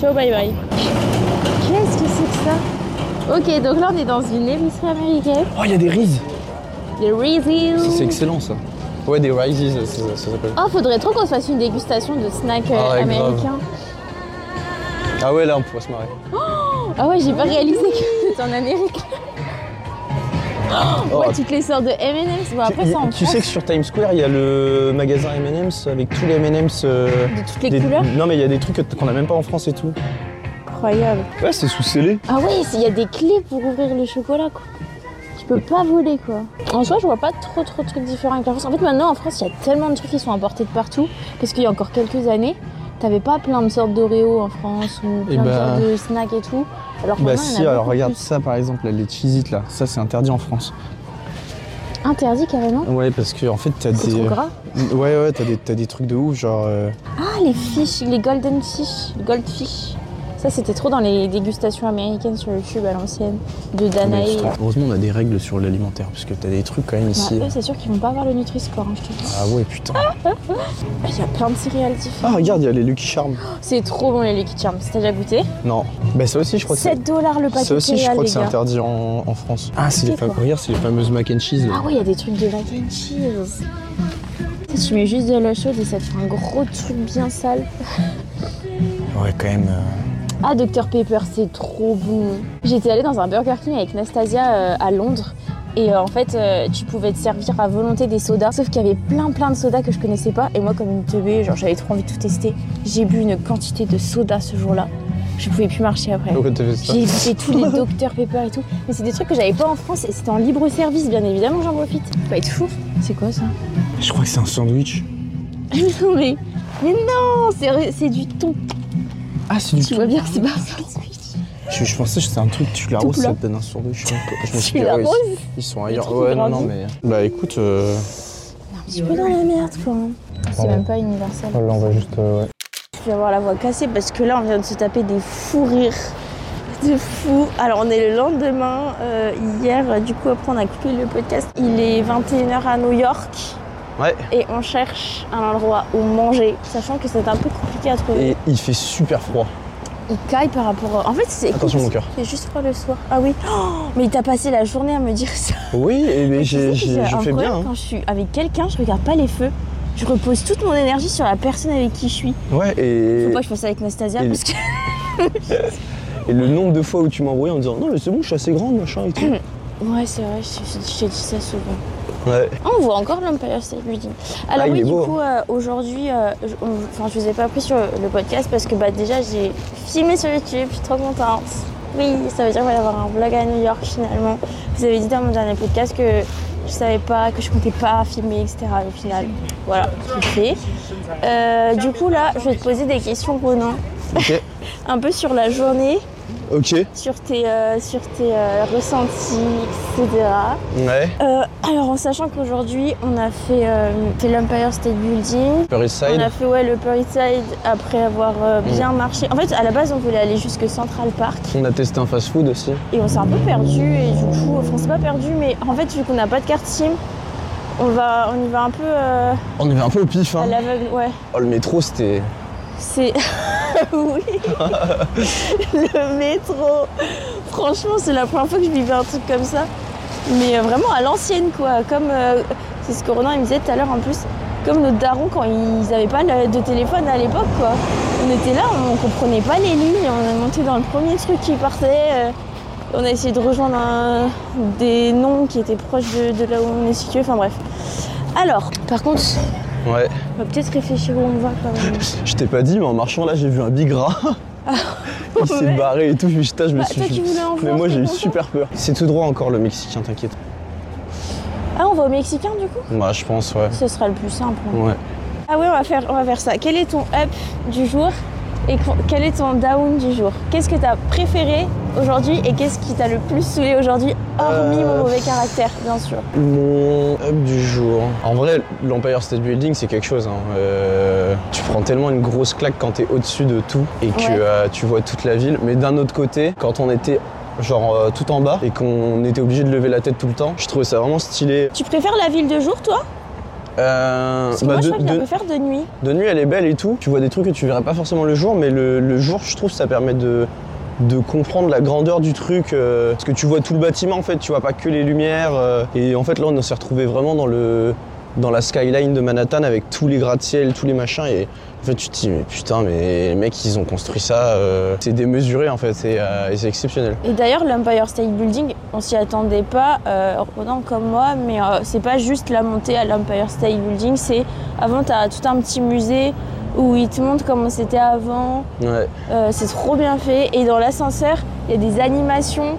S2: Ciao, bye bye. Qu'est-ce que c'est que ça Ok, donc là on est dans une épicerie américaine.
S3: Oh il y a des Reese's
S2: Les Reese's.
S3: C'est excellent ça. Ouais des Reese's ça, ça- ça s'appelle.
S2: Oh, faudrait trop qu'on se fasse une dégustation de snacks euh,
S3: Ah ouais, grave.
S2: américains.
S3: Ah ouais là on pourrait se marrer.
S2: Ah ouais, j'ai pas réalisé que c'était en Amérique.
S3: Oh,
S2: Ouais, toutes les sortes de M&M's. Bon, après
S3: tu,
S2: ça en
S3: tu
S2: France,
S3: sais que sur Times Square il y a le magasin M&M's avec tous les M&M's. euh,
S2: de toutes les
S3: des-
S2: couleurs.
S3: Non mais il y a des trucs que- qu'on a même pas en France et tout.
S2: Incroyable.
S3: Ouais c'est sous scellé.
S2: Ah ouais, il y a des clés pour ouvrir le chocolat, quoi. Tu peux pas voler, quoi. En soi, je vois pas trop, trop de trucs différents avec la France. En fait, maintenant, en France, il y a tellement de trucs qui sont importés de partout. Parce qu'il y a encore quelques années, t'avais pas plein de sortes d'Oreo en France ou
S3: Eh
S2: plein de
S3: ben-
S2: sortes de snacks et tout. Alors que
S3: Bah
S2: maintenant, il y en
S3: si
S2: a
S3: alors
S2: beaucoup
S3: regarde
S2: plus.
S3: ça par exemple là, les cheez là ça c'est interdit en France.
S2: Interdit, carrément.
S3: Ouais parce que en fait t'as
S2: C'est trop
S3: des. euh,
S2: gras.
S3: Ouais, ouais, t'as des, t'as des trucs de ouf, genre. euh,
S2: Ah, les fish, les golden fish, goldfish. Ça, c'était trop dans les dégustations américaines sur YouTube à l'ancienne, de
S3: mais
S2: Danae.
S3: putain, heureusement, on a des règles sur l'alimentaire, parce que t'as des trucs quand même ici.
S2: Bah, eux, c'est sûr qu'ils vont pas avoir le Nutri-Score, hein, je te dis.
S3: Ah ouais, putain.
S2: Il y a plein de céréales différentes.
S3: Ah, regarde, il y a les Lucky Charms.
S2: C'est trop bon, les Lucky Charms. T'as déjà goûté
S3: Non. Bah, ça aussi, je crois que c'est.
S2: 7 dollars le paquet
S3: Ça
S2: de
S3: aussi, je
S2: céréales,
S3: crois que
S2: les
S3: c'est
S2: gars.
S3: interdit en, en France. Ah, c'est les,
S2: C'est
S3: fa-
S2: quoi
S3: regarde, c'est les fameuses mac and cheese. Là.
S2: Ah ouais, il y a des trucs de mac and cheese. Tu sais, Tu mets juste de l'eau chaude et ça te fait un gros truc bien sale.
S3: Ouais, quand même. euh,
S2: Ah, Dr Pepper, c'est trop bon. J'étais allée dans un Burger King avec Nastasia euh, à Londres. Et euh, en fait, euh, tu pouvais te servir à volonté des sodas. Sauf qu'il y avait plein plein de sodas que je connaissais pas. Et moi, comme une teubée, genre j'avais trop envie de tout tester. J'ai bu une quantité de soda ce jour-là. Je pouvais plus marcher après.
S3: Pourquoi t'as fait ça
S2: J'ai goûté tous les Dr Pepper et tout. Mais c'est des trucs que j'avais pas en France. Et c'était en libre service, bien évidemment, j'en profite. Faut pas être fou. C'est quoi ça
S3: Je crois que c'est un sandwich.
S2: Non, mais. Mais non c'est- C'est du thon.
S3: Ah, c'est du
S2: Tu
S3: tout.
S2: vois bien que c'est pas un sandwich.
S3: Je, je pensais que c'était un truc, tu l'arroses,
S2: Tout plat.
S3: ça te donne un sandwich. Je, je me suis
S2: Tu
S3: dit,
S2: l'arroses
S3: ouais, ils- ils sont ailleurs.
S2: trucs
S3: Ouais, non,
S2: grandis.
S3: non, mais. Bah, écoute. euh,
S2: Un petit peu dans la merde, quoi. C'est
S3: Pardon.
S2: même pas universel.
S3: Là, on va juste. euh, ouais.
S2: Je vais avoir la voix cassée parce que là, on vient de se taper des fous rires. De fou. Alors, on est le lendemain. euh, hier, euh, du coup, après, on a coupé le podcast. Il est 21h à New York
S3: Ouais.
S2: et on cherche un endroit où manger, sachant que c'est un peu compliqué à trouver.
S3: Et il fait super froid.
S2: Il caille par rapport. à- En fait, c'est.
S3: Attention, mon cœur.
S2: Il fait juste froid le soir. Ah oui. Oh, mais t'as passé la journée à me dire ça.
S3: Oui, et mais j'ai-
S2: Tu sais que
S3: j'ai-
S2: c'est
S3: je fais
S2: incroyable,
S3: bien. hein.
S2: Quand je suis avec quelqu'un, je regarde pas les feux. Je repose toute mon énergie sur la personne avec qui je suis.
S3: Ouais,
S2: Faut
S3: et,
S2: pas que je fasse ça avec Nastasia
S3: et-
S2: parce que.
S3: et le nombre de fois où tu m'as envoyé en disant non, mais c'est bon, je suis assez grande, machin et tout.
S2: Ouais, c'est vrai, je je- je t'ai dit ça souvent.
S3: ouais.
S2: Ah, on voit encore l'Empire State Building. Alors
S3: Ah, il
S2: oui,
S3: est
S2: du
S3: beau,
S2: coup, euh, aujourd'hui, euh, je- on- enfin, je vous ai pas pris sur le podcast parce que bah, déjà, j'ai filmé sur YouTube, je suis trop contente. Oui, ça veut dire qu'on va y avoir un vlog à New York finalement. Vous avez dit dans mon dernier podcast que je savais pas, que je comptais pas filmer, etc. Au final, voilà, c'est fait. Euh, du coup, là, je vais te poser des questions, Ronan,
S3: Ok.
S2: un peu sur la journée,
S3: Ok.
S2: sur tes, euh, sur tes euh, ressentis, etc.
S3: Ouais.
S2: Euh, alors en sachant qu'aujourd'hui on a fait, euh, fait l'Empire State Building,
S3: Upper East
S2: on
S3: Side. Mm.
S2: a fait ouais, le Upper East Side après avoir euh, bien marché. En fait à la base on voulait aller jusque Central Park
S3: On a testé un fast food aussi.
S2: et on s'est un peu perdu et du coup enfin c'est pas perdu mais en fait vu qu'on n'a pas de carte SIM On, va, on y va un peu euh,
S3: On y va un peu au pif.
S2: à
S3: Hein.
S2: l'aveugle, ouais.
S3: Oh, le métro, c'était.
S2: C'est. oui Le métro Franchement, c'est la première fois que je vivais un truc comme ça. Mais euh, vraiment à l'ancienne, quoi. Comme. euh, c'est ce que Ronan il me disait tout à l'heure en plus. Comme nos darons quand ils n'avaient pas le- de téléphone à l'époque, quoi. On était là, on comprenait pas les lignes, on est monté dans le premier truc qui partait. euh, on a essayé de rejoindre un- des noms qui étaient proches de, de là où on est situé, enfin bref. Alors, par contre,
S3: Ouais.
S2: on va peut-être réfléchir où on va quand même.
S3: Je t'ai pas dit, mais en marchant là, j'ai vu un big rat. Il s'est
S2: Ah. ouais.
S3: barré et tout. Je me suis, putain, je me
S2: Bah,
S3: suis
S2: toi qui voulais en
S3: Mais
S2: voir,
S3: moi,
S2: t'es
S3: j'ai eu
S2: content
S3: super peur. C'est tout droit encore le Mexicain, t'inquiète.
S2: Ah, on va au Mexicain du coup
S3: Bah, je pense, ouais.
S2: Ce sera le plus simple.
S3: Ouais.
S2: Ah oui, on va faire, on va faire ça. Quel est ton up du jour et qu- quel est ton down du jour Qu'est-ce que t'as préféré aujourd'hui et qu'est-ce qui t'a le plus saoulé aujourd'hui, hormis
S3: Euh,
S2: mon mauvais caractère, bien sûr.
S3: Mon up du jour. En vrai, l'Empire State Building, c'est quelque chose. hein. Euh, tu prends tellement une grosse claque quand t'es au-dessus de tout et que
S2: Ouais.
S3: euh, tu vois toute la ville. Mais d'un autre côté, quand on était genre euh, tout en bas et qu'on était obligé de lever la tête tout le temps, je trouvais ça vraiment stylé.
S2: Tu préfères la ville de jour, toi
S3: Euh,
S2: Parce que
S3: bah,
S2: moi,
S3: de,
S2: je crois que je la
S3: de-
S2: préfère de nuit.
S3: de nuit, elle est belle et tout. Tu vois des trucs que tu verrais pas forcément le jour, mais le, le jour, je trouve, ça permet de de comprendre la grandeur du truc euh, parce que tu vois tout le bâtiment en fait tu vois pas que les lumières euh, et en fait là on s'est retrouvé vraiment dans le dans la skyline de Manhattan avec tous les gratte-ciel tous les machins et en fait tu te dis mais putain mais les mecs ils ont construit ça euh, c'est démesuré en fait et, euh, et c'est exceptionnel
S2: Et d'ailleurs, l'Empire State Building, on s'y attendait pas, euh, Ronan comme moi, mais euh, c'est pas juste la montée à l'Empire State Building, c'est avant, t'as tout un petit musée où ils te montrent comment c'était avant,
S3: ouais
S2: Euh, c'est trop bien fait. Et dans l'ascenseur, il y a des animations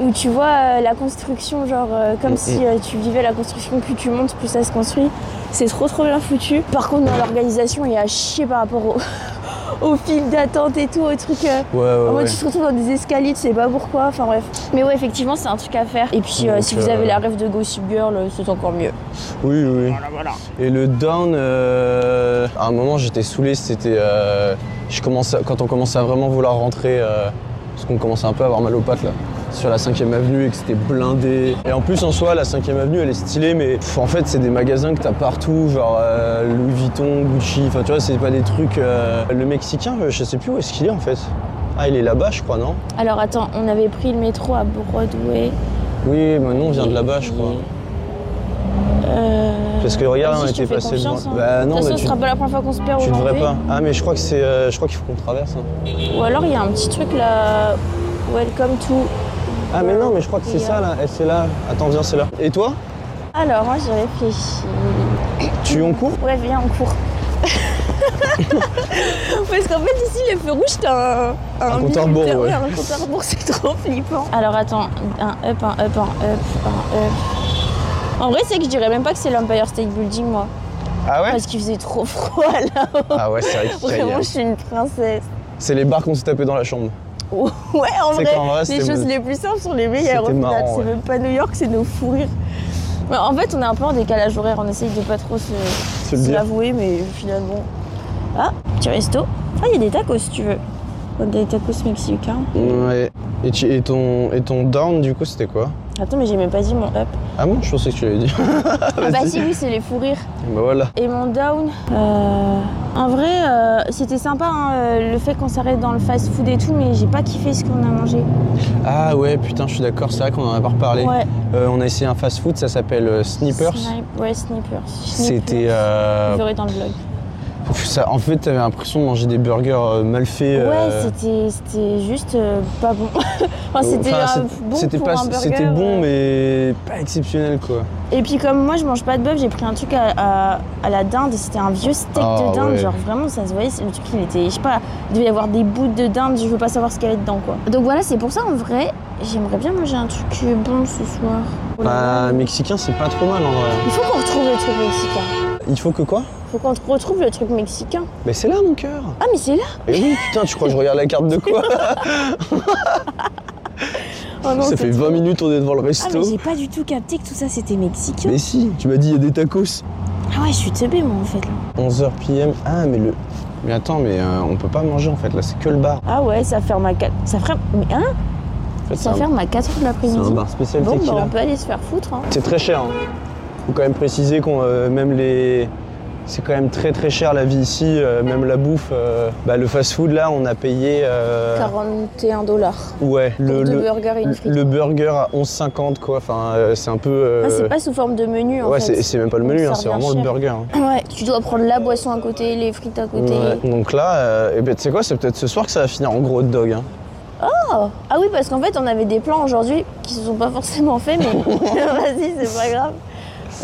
S2: où tu vois euh, la construction, genre euh, comme
S3: Mm,
S2: si euh, tu vivais la construction, plus tu montes, plus ça se construit. C'est trop trop bien foutu. Par contre, dans l'organisation, il y a à chier par rapport au, au fil d'attente et tout, au truc. euh,
S3: ouais ouais,
S2: en mode,
S3: ouais.
S2: tu te retrouves dans des escaliers, tu sais pas pourquoi, enfin bref. Mais ouais, effectivement, c'est un truc à faire. Et puis, euh,
S3: Donc,
S2: si vous
S3: euh,
S2: avez la rêve de Gossip Girl, euh, c'est encore mieux.
S3: Oui, oui. Et le down, euh, à un moment j'étais saoulé, c'était euh, je commençais- quand on commençait à vraiment vouloir rentrer, euh, parce qu'on commençait un peu à avoir mal aux pattes là, sur la 5ème avenue et que c'était blindé. Et en plus en soi, la 5ème avenue elle est stylée, mais pff, en fait c'est des magasins que t'as partout, genre euh, Louis Vuitton, Gucci, enfin tu vois, c'est pas des trucs. euh, Le Mexicain, euh, je sais plus où est-ce qu'il est en fait. Ah, il est là-bas, je crois, non
S2: Alors attends, on avait pris le métro à Broadway.
S3: Oui, mais non, on vient de là-bas, je crois.
S2: Euh,
S3: Parce que regarde,
S2: vas-y,
S3: on
S2: je te
S3: était
S2: fais
S3: passé devant.
S2: confiance, hein. de
S3: Bah non,
S2: toute
S3: mais
S2: façon,
S3: tu,
S2: ce sera pas la première fois qu'on se perd
S3: tu
S2: aujourd'hui.
S3: devrais pas. Ah, mais je crois que c'est. euh, je crois qu'il faut qu'on traverse. hein.
S2: Ou alors il y a un petit truc là. Welcome to.
S3: Ah mais non, mais je crois que c'est ça là, Eh, c'est là. Attends, viens, c'est là. Et toi
S2: Alors, moi j'ai réfléchi.
S3: Tu en cours
S2: Ouais, viens, on court. Parce qu'en fait, ici, le feu rouge, t'as un.
S3: Un compte à rebours,
S2: minuteur,
S3: ouais.
S2: un compte à rebours, c'est trop flippant. Alors attends, un up, un up, un up, un up. En vrai, c'est que je dirais même pas que c'est l'Empire State Building, moi.
S3: Ah ouais
S2: Parce qu'il faisait trop froid là.
S3: Ah ouais, c'est vrai qu'il caille,
S2: Vraiment,
S3: hein.
S2: je suis une princesse.
S3: C'est les barres qu'on s'est tapé dans la chambre.
S2: Ouais, en
S3: C'est
S2: vrai,
S3: qu'en vrai,
S2: les
S3: c'était-
S2: choses les plus simples sont les meilleures. au
S3: C'était
S2: final.
S3: marrant,
S2: C'est
S3: ouais.
S2: même pas New York, c'est nos fous rires. Ouais, En fait, on est un peu en décalage horaire, on essaye de pas trop se,
S3: C'est
S2: se
S3: bien.
S2: l'avouer, mais finalement. Ah, petit resto. Ah, il y a des tacos si tu veux. Oh, Des tacos mexicains.
S3: Ouais. Et, tu- et ton, et ton down, du coup, c'était quoi
S2: Attends, mais j'ai même pas dit mon up.
S3: Ah bon, je pensais que tu l'avais dit.
S2: Ah, bah
S3: Vas-y.
S2: si, oui, c'est les fous rires.
S3: Bah voilà.
S2: Et mon down euh, En vrai, euh, c'était sympa hein, euh, le fait qu'on s'arrête dans le fast food et tout, mais j'ai pas kiffé ce qu'on a mangé.
S3: Ah ouais, putain, je suis d'accord, c'est vrai qu'on en a pas reparlé.
S2: Ouais,
S3: Euh, on a essayé un fast food, ça s'appelle euh, Snippers.
S2: snipe- ouais, snippers.
S3: C'était.
S2: Snippers.
S3: euh,
S2: Vous verrez dans le vlog.
S3: ça, en fait, t'avais l'impression de manger des burgers euh, mal faits.
S2: Ouais,
S3: euh,
S2: c'était- c'était juste euh, pas bon. enfin, c'était
S3: enfin,
S2: euh,
S3: c'est-
S2: bon
S3: c'était
S2: pour
S3: pas-
S2: un burger.
S3: C'était bon,
S2: euh.
S3: mais pas exceptionnel, quoi.
S2: Et puis comme moi, je mange pas de bœuf, j'ai pris un truc à, à- à la dinde et c'était un vieux steak
S3: Ah,
S2: de dinde.
S3: ouais.
S2: Genre vraiment, ça se voyait, c'est- le truc, il était, je sais pas, il devait y avoir des bouts de dinde, je veux pas savoir ce qu'il y avait dedans, quoi. Donc voilà, c'est pour ça, en vrai, j'aimerais bien manger un truc bon ce soir. Oh là
S3: Bah,
S2: là.
S3: mexicain, c'est pas trop mal en vrai.
S2: Il faut qu'on retrouve le truc mexicain.
S3: Il faut que quoi
S2: Faut qu'on retrouve le truc mexicain.
S3: Mais c'est là mon cœur
S2: Ah, mais c'est là
S3: Et oui, putain, tu crois que je regarde la carte de quoi
S2: Oh non,
S3: Ça
S2: c'est
S3: fait
S2: trop-
S3: 20 minutes on est devant le
S2: Ah, mais
S3: resto.
S2: j'ai pas du tout capté que tout ça, c'était mexicain.
S3: mais si, tu m'as dit il y a des tacos.
S2: Ah ouais, je suis teubée, moi, en fait, là.
S3: 11h PM. Ah, mais le. Mais attends, mais euh, on peut pas manger en fait, là c'est que le bar.
S2: Ah ouais, ça ferme à 4... Ça ferme... Mais hein
S3: En fait, c'est
S2: Ça
S3: un...
S2: ferme à 4h de
S3: c'est un
S2: l'après-midi.
S3: bar spécial
S2: Bon, bah,
S3: tequila.
S2: on peut aller se faire foutre. Hein.
S3: C'est très cher. hein. Faut quand même préciser qu'on euh, même les c'est quand même très très cher la vie ici, euh, même la bouffe. euh, bah, le fast-food là, on a payé euh,
S2: 41 dollars.
S3: ouais le,
S2: deux
S3: le-
S2: burgers et une frite.
S3: le burger à 11,50 quoi. Enfin euh, c'est un peu. euh,
S2: Ah, c'est pas sous forme de menu en
S3: ouais
S2: fait.
S3: c'est c'est même pas le
S2: On
S3: menu, hein,
S2: sert
S3: c'est
S2: bien
S3: vraiment le
S2: cher.
S3: burger. hein.
S2: Ouais, tu dois prendre la boisson à côté, les frites à côté.
S3: Ouais. Donc là, euh, eh ben, tu sais quoi, c'est peut-être ce soir que ça va finir en gros hot dog. hein.
S2: Oh. Ah oui, parce qu'en fait, on avait des plans aujourd'hui qui se sont pas forcément faits, mais vas-y, c'est pas grave.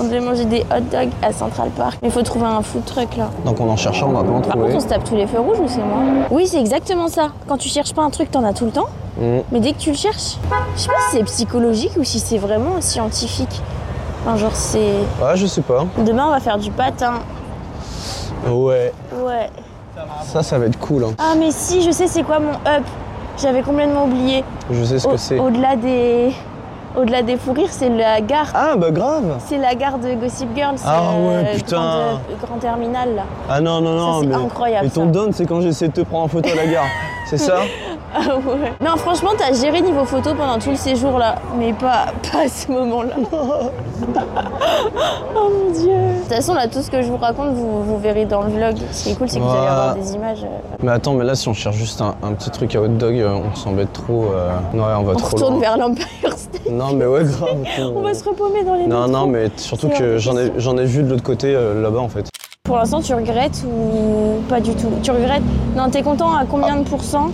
S2: On devait manger des hot dogs à Central Park. Mais faut trouver un food truck là.
S3: Donc en en cherchant, on va pas en
S2: Ah, Par
S3: trouver.
S2: contre, on se tape tous les feux rouges ou c'est moi Oui, c'est exactement ça. Quand tu cherches pas un truc, t'en as tout le temps.
S3: Mm.
S2: Mais dès que tu le cherches, je sais pas si c'est psychologique ou si c'est vraiment scientifique. Enfin, genre, c'est.
S3: Ouais, je sais pas.
S2: Demain, on va faire du patin.
S3: Ouais,
S2: Ouais.
S3: ça, ça va être cool. hein.
S2: Ah, mais si, je sais c'est quoi mon up. J'avais complètement oublié.
S3: Je sais ce
S2: Au-
S3: que c'est.
S2: Au-delà des. Au-delà des fous rires, c'est la gare.
S3: Ah, bah grave
S2: C'est la gare de Gossip Girl. c'est,
S3: Ah ouais,
S2: euh,
S3: putain.
S2: grande- euh, grand terminal là.
S3: Ah non, non, non,
S2: ça, c'est
S3: mais.
S2: incroyable.
S3: Mais ton
S2: ça.
S3: don, c'est quand j'essaie de te prendre en photo à la gare. C'est ça
S2: Ah ouais. Non, franchement, t'as géré niveau photo pendant tout le séjour là, mais pas, pas à ce moment-là. oh mon dieu. De toute façon, là, tout ce que je vous raconte, vous, vous verrez dans le vlog. Ce qui est cool, c'est que vous allez
S3: Voilà.
S2: avoir des images. euh.
S3: Mais attends, mais là, si on cherche juste un, un petit truc à hot dog, euh, on s'embête trop. euh, Ouais, on va
S2: On
S3: trop
S2: retourne
S3: loin.
S2: vers l'Empire State.
S3: Non, mais ouais, grave.
S2: On va se repaumer dans les
S3: Non,
S2: métros.
S3: non, mais surtout
S2: C'est
S3: que
S2: hors de
S3: j'en ai,
S2: question.
S3: j'en ai vu de l'autre côté, euh, là-bas, en fait.
S2: Pour l'instant, tu regrettes ou pas du tout Tu regrettes Non, t'es content à combien de pourcents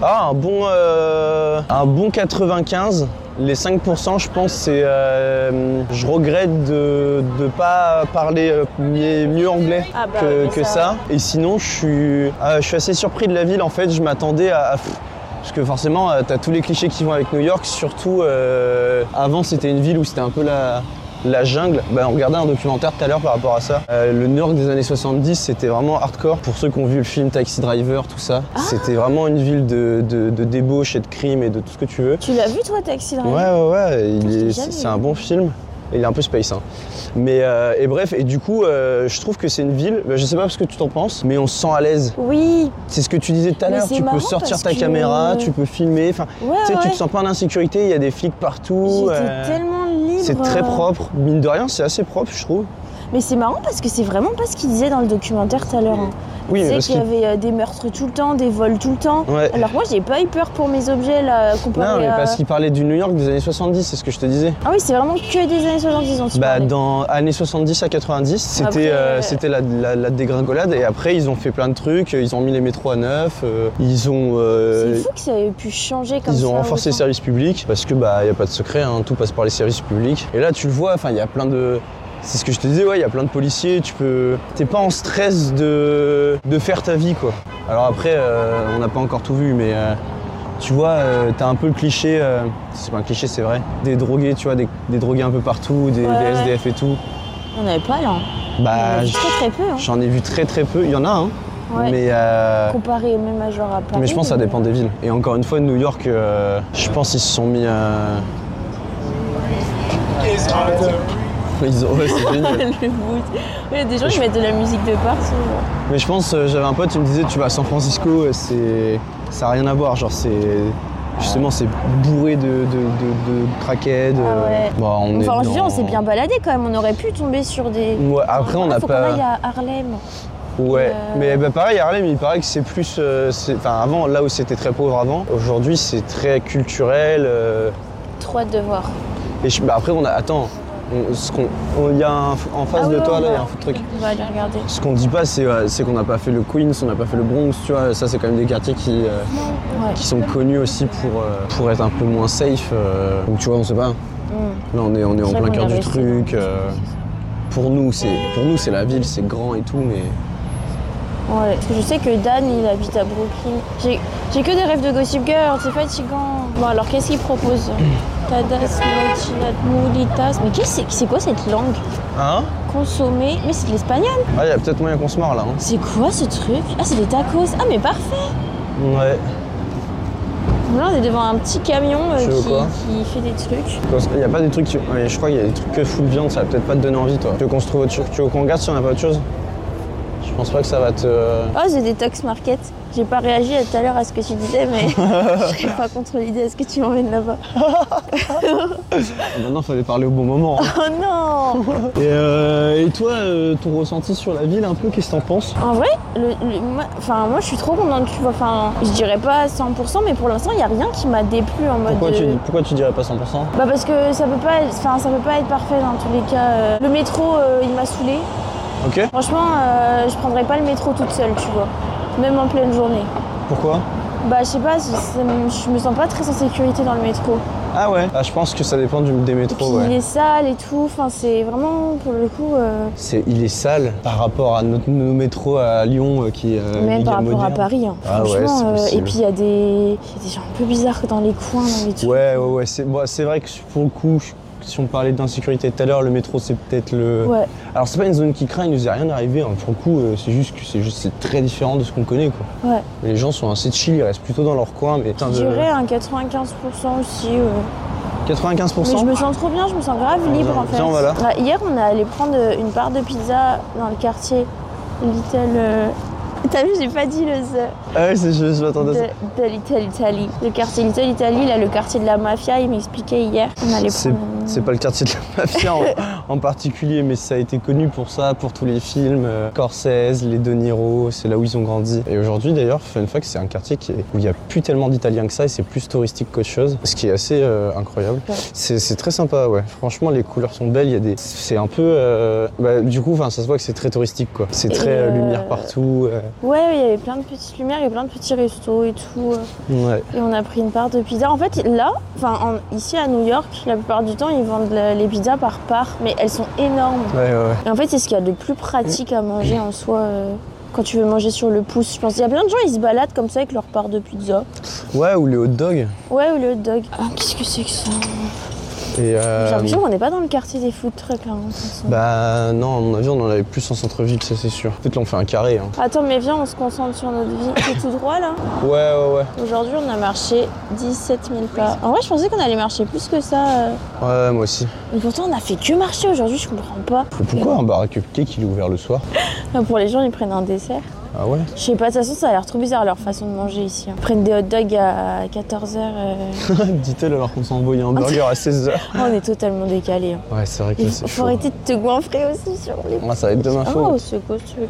S3: Ah, un bon, euh, un bon 95. Les 5%, je pense, c'est. euh, je regrette de ne pas parler euh, mieux, mieux anglais
S2: Ah bah
S3: que,
S2: oui, mais
S3: que ça.
S2: ça-
S3: Et sinon, je suis, euh, je suis assez surpris de la ville. En fait, je m'attendais à. à- parce que forcément, euh, t'as tous les clichés qui vont avec New York. Surtout, euh, avant, c'était une ville où c'était un peu la. La jungle, Bah, on regardait un documentaire tout à l'heure par rapport à ça. Euh, le New York des années 70, c'était vraiment hardcore. Pour ceux qui ont vu le film Taxi Driver, tout ça,
S2: Ah.
S3: c'était vraiment une ville de, de- de débauche et de crime et de tout ce que tu veux.
S2: Tu l'as vu toi, Taxi
S3: Ouais,
S2: Driver
S3: ouais, ouais, il
S2: Je l'ai
S3: est-
S2: jamais
S3: c'est c'est
S2: vu.
S3: un bon film. Il est un peu space, hein. Mais euh, et bref, et du coup, euh, je trouve que c'est une ville, bah, je sais pas ce que tu t'en penses, mais on se sent à l'aise.
S2: Oui,
S3: C'est ce que tu disais tout à
S2: Mais
S3: l'heure,
S2: c'est
S3: tu peux
S2: marrant
S3: sortir
S2: parce
S3: ta
S2: que-
S3: caméra, tu peux filmer, enfin,
S2: ouais,
S3: tu sais, tu
S2: ouais.
S3: te sens pas en insécurité, il y a des flics partout.
S2: J'étais
S3: euh,
S2: tellement libre.
S3: C'est très
S2: euh.
S3: propre, mine de rien, c'est assez propre, je trouve.
S2: Mais c'est marrant parce que c'est vraiment pas ce qu'il disait dans le documentaire tout à l'heure. hein.
S3: Oui,
S2: Il
S3: mais
S2: disait
S3: parce
S2: qu'il y
S3: que.
S2: avait euh, des meurtres tout le temps, des vols tout le temps.
S3: Ouais.
S2: Alors moi j'ai pas eu peur pour mes objets là comparé
S3: Non, mais
S2: à-
S3: parce qu'il parlait du New York des années 70, c'est ce que je te disais.
S2: Ah oui c'est vraiment que des années 70 ont
S3: Bah, dans années 70 à 90,
S2: Après,
S3: c'était euh,
S2: euh,
S3: c'était la, la- la dégringolade. Et après, ils ont fait plein de trucs. Ils ont mis les métros à neuf. euh, ils ont, euh,
S2: C'est fou que ça ait pu changer comme ça.
S3: ils ont renforcé les
S2: autant.
S3: services publics parce que bah y a pas de secret, hein, tout passe par les services publics. Et là, tu le vois. Enfin, il y a plein de c'est ce que je te disais, ouais, il y a plein de policiers, tu peux. T'es pas en stress de, de faire ta vie, quoi. Alors après, euh, on n'a pas encore tout vu, mais euh, tu vois, euh, t'as un peu le cliché, euh, c'est pas un cliché, c'est vrai, des drogués, tu vois, des, des drogués un peu partout, des,
S2: Ouais,
S3: des
S2: ouais.
S3: SDF et tout.
S2: On n'avait pas là. hein. On en
S3: Bah,
S2: avait
S3: j-
S2: très très peu. hein.
S3: j'en ai vu très très peu. Il y en a, hein.
S2: Ouais.
S3: Mais, euh,
S2: Comparé même à genre à Paris.
S3: mais je pense que ça dépend des villes. Et encore une fois, New York, euh, je pense qu'ils se sont mis. euh, Ils ont... ouais, c'est génial.
S2: Le mood. Il y a des gens qui mettent de la musique de partout.
S3: Mais je pense, euh, j'avais un pote, il me disait, tu vas à San Francisco, euh, c'est, ça a rien à voir, genre c'est, justement, c'est bourré de, de, de, de craquettes. euh,
S2: Ah ouais.
S3: bah, on est
S2: Enfin en juillet
S3: dans-
S2: on s'est bien baladé quand même. On aurait pu tomber sur des. Ah,
S3: Ouais, après, on n'a
S2: Faut qu'on
S3: pas.
S2: aille à Harlem.
S3: Ouais,
S2: Euh,
S3: mais bah, pareil, Harlem, il paraît que c'est plus. euh, c'est- Enfin, avant, là où c'était très pauvre avant, aujourd'hui c'est très culturel. euh,
S2: Trop hâte de voir. et
S3: et je- bah, après, on a. Attends, on- ce qu'on. on- Il y a un- en face
S2: Ah
S3: de toi, là, il y a un food truc.
S2: On va aller regarder.
S3: Ce qu'on dit pas, c'est euh, c'est qu'on n'a pas fait le Queens, on n'a pas fait le Bronx, tu vois. Ça, c'est quand même des quartiers qui, euh,
S2: Ouais.
S3: qui sont connus aussi pour, euh, pour être un peu moins safe. euh. Donc, tu vois, on sait pas.
S2: Mm.
S3: Là, on est, on est en
S2: C'est vrai
S3: plein
S2: qu'on
S3: cœur
S2: a
S3: du
S2: réussi.
S3: truc. euh, pour nous, c'est pour nous, c'est la ville, c'est grand et tout, mais.
S2: Ouais, parce que je sais que Dan, il habite à Brooklyn. J'ai- J'ai que des rêves de Gossip Girl, c'est fatigant. Bon, alors qu'est-ce qu'il propose Tadas, mochilat, moulitas. Mais qu'est-ce que c'est quoi cette langue
S3: Hein
S2: Consommer. Mais c'est de l'espagnol.
S3: Ah, il y a peut-être moyen qu'on se marre là. hein.
S2: C'est quoi ce truc Ah, c'est des tacos. Ah, mais parfait.
S3: Ouais.
S2: Là, on est devant un petit camion euh,
S3: Tu veux quoi
S2: qui, qui fait des trucs.
S3: Il n'y a pas des trucs. qui- ouais, je crois qu'il y a des trucs que full viande, ça va peut-être pas te donner envie, toi. Tu veux qu'on se trouve autre chose Tu veux qu'on regarde si on n'a pas autre chose Je pense pas que ça va te. euh,
S2: Oh, j'ai des Tox Market. J'ai pas réagi à tout à l'heure à ce que tu disais, mais je serais pas contre l'idée. Est-ce que tu m'emmènes là-bas
S3: Maintenant, il fallait parler au bon moment. hein.
S2: Oh non
S3: et, euh, et toi, euh, ton ressenti sur la ville, un peu, qu'est-ce que t'en penses
S2: En vrai, le, le- moi, enfin, moi je suis trop contente, tu vois. Enfin, je dirais pas 100%, mais pour l'instant, il y a rien qui m'a déplu en mode.
S3: pourquoi,
S2: euh,
S3: tu, pourquoi tu dirais pas 100%
S2: Bah parce que ça peut pas, être- enfin ça peut pas être parfait dans tous les cas. euh. Le métro, euh, il m'a saoulé.
S3: Ok
S2: Franchement, euh, je prendrais pas le métro toute seule, tu vois. Même en pleine journée.
S3: Pourquoi
S2: Bah je sais pas, c'est- ça me- je me sens pas très en sécurité dans le métro.
S3: Ah ouais Ah, Je pense que ça dépend du, des
S2: Et puis
S3: métros,
S2: il
S3: ouais.
S2: est sale et tout. Enfin c'est vraiment pour le coup. euh,
S3: C'est- Il est sale par rapport à notre, nos métros à Lyon euh, qui est euh,
S2: Même
S3: méga
S2: par rapport
S3: moderne.
S2: à Paris, hein.
S3: Ah ouais, c'est
S2: franchement. euh, et
S3: possible.
S2: puis il y a des, il y a des gens un peu bizarres dans les coins, dans les trucs.
S3: Ouais, ouais, ouais. C'est bon, c'est vrai que pour le coup, si on parlait d'insécurité tout à l'heure, le métro, c'est peut-être le.
S2: Ouais.
S3: Alors, c'est pas une zone qui craint, il nous est rien arrivé. hein. Pour le coup, euh, c'est juste que c'est juste c'est très différent de ce qu'on connaît, quoi.
S2: Ouais.
S3: Les gens sont assez chill, ils restent plutôt dans leur coin, mais. Putain,
S2: Je
S3: de-
S2: dirais un 95% aussi. ouais.
S3: 95%.
S2: Mais je me sens trop bien, je me sens grave
S3: Ouais,
S2: libre
S3: viens,
S2: en fait.
S3: viens, on va là.
S2: Bah, hier, on est allé prendre euh, une part de pizza dans le quartier Little. euh, T'as vu, j'ai pas dit le the
S3: Ah ouais, c'est- je, je m'attendais à ça.
S2: de, de Little Italy. Le quartier Little Italy, là, le quartier de la mafia, il m'expliquait hier. On allait
S3: C'est-
S2: prendre.
S3: C'est pas le quartier de la mafia en, en particulier, mais ça a été connu pour ça, pour tous les films. euh, Scorsese, les De Niro, c'est là où ils ont grandi. Et aujourd'hui d'ailleurs, fun fact, c'est un quartier qui est- où il n'y a plus tellement d'Italiens que ça et c'est plus touristique qu'autre chose, ce qui est assez euh, incroyable.
S2: Ouais.
S3: C'est c'est très sympa, ouais. Franchement, les couleurs sont belles, il y a des... C'est un peu... euh, bah, du coup, 'fin, ça se voit que c'est très touristique, quoi. C'est
S2: Et,
S3: très euh,
S2: euh,
S3: lumière partout. euh,
S2: Ouais, il y avait plein de petites lumières et plein de petits restos et tout. euh.
S3: ouais.
S2: Et on a pris une part de pizza. En fait, là, enfin, en- ici à New York, la plupart du temps, ils vendent la- les pizzas par part, mais elles sont énormes.
S3: Ouais, ouais, ouais.
S2: Et en fait, c'est ce qu'il y a de plus pratique à manger en soi. euh, Quand tu veux manger sur le pouce, je pense. Il y a plein de gens, ils se baladent comme ça avec leur part de pizza.
S3: Ouais, ou les hot dogs.
S2: Ouais, ou le hot dog. Ah, qu'est-ce que c'est que ça
S3: Et, euh,
S2: J'ai l'impression qu'on n'est pas dans le quartier des food trucks, là. en fait.
S3: Bah non, à mon avis, on en avait plus en centre-ville, ça c'est sûr. En fait, là, on fait un carré. Hein.
S2: Attends, mais viens, on se concentre sur notre vie. C'est tout droit, là.
S3: Ouais, ouais, ouais.
S2: Aujourd'hui, on a marché 17 000 pas. En vrai, je pensais qu'on allait marcher plus que ça. euh.
S3: Ouais, moi aussi.
S2: Mais pourtant, on a fait que marcher aujourd'hui, je comprends pas.
S3: Mais Pourquoi un bar à cupcake il est ouvert le soir
S2: Enfin, Pour les gens, ils prennent un dessert.
S3: Ah ouais
S2: Je sais pas, de toute façon, ça a l'air trop bizarre leur façon de manger ici. hein. Ils prennent des hot dogs à 14h.
S3: Dit-elle alors qu'on s'est envoyé un burger à 16h.
S2: on est totalement décalés. hein.
S3: Ouais, c'est vrai que
S2: Il
S3: là,
S2: faut
S3: c'est
S2: faut
S3: chaud.
S2: arrêter de te goinfrer aussi sur les.
S3: Moi, ça va être demain
S2: Ah,
S3: chaud.
S2: au secours, ce truc.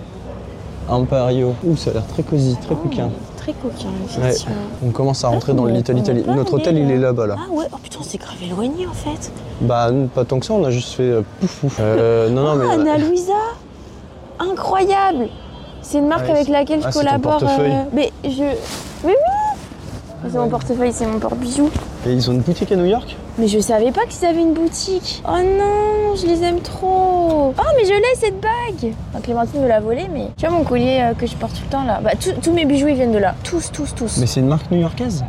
S2: Oh.
S3: Un pario. Ouh, ça a l'air très cosy, très coquin.
S2: Très coquin, effectivement.
S3: On commence à rentrer dans
S2: mais
S3: le
S2: Ah, on
S3: Little
S2: est
S3: Italy.
S2: pas
S3: Notre
S2: allé,
S3: hôtel, il
S2: là.
S3: est là-bas, là.
S2: Ah ouais, oh putain, c'est grave éloigné en fait.
S3: Bah, non, pas tant que ça, on a juste fait euh, pouf pouf. Euh, non, non, mais.
S2: ah, Anna Luisa Incroyable C'est une marque
S3: Ouais,
S2: avec
S3: c'est-
S2: laquelle
S3: ah,
S2: je
S3: c'est ton
S2: collabore. euh,
S3: portefeuille.
S2: Mais je. Mais oui C'est mon portefeuille, c'est mon porte-bijoux.
S3: Et ils ont une boutique à New York
S2: Mais je savais pas qu'ils avaient une boutique. Oh non, je les aime trop. Oh, mais je l'ai cette bague. Enfin, Clémentine me l'a volée, mais tu vois mon collier euh, que je porte tout le temps là. Bah, tous- tous mes bijoux ils viennent de là. Tous, tous, tous.
S3: Mais c'est une marque new-yorkaise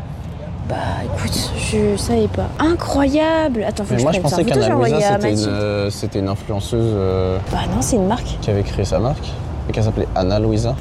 S2: Bah écoute, je savais pas. Incroyable Attends, faut
S3: Mais
S2: que
S3: moi,
S2: je
S3: je
S2: prenne ça.
S3: pensais
S2: Plutôt,
S3: qu'Anna
S2: j'ai envoyé
S3: Luisa,
S2: à
S3: c'était une,
S2: Mathilde.
S3: euh, c'était une influenceuse euh,
S2: Bah non, c'est une marque.
S3: qui avait créé sa marque et qu'elle s'appelait Anna Luisa.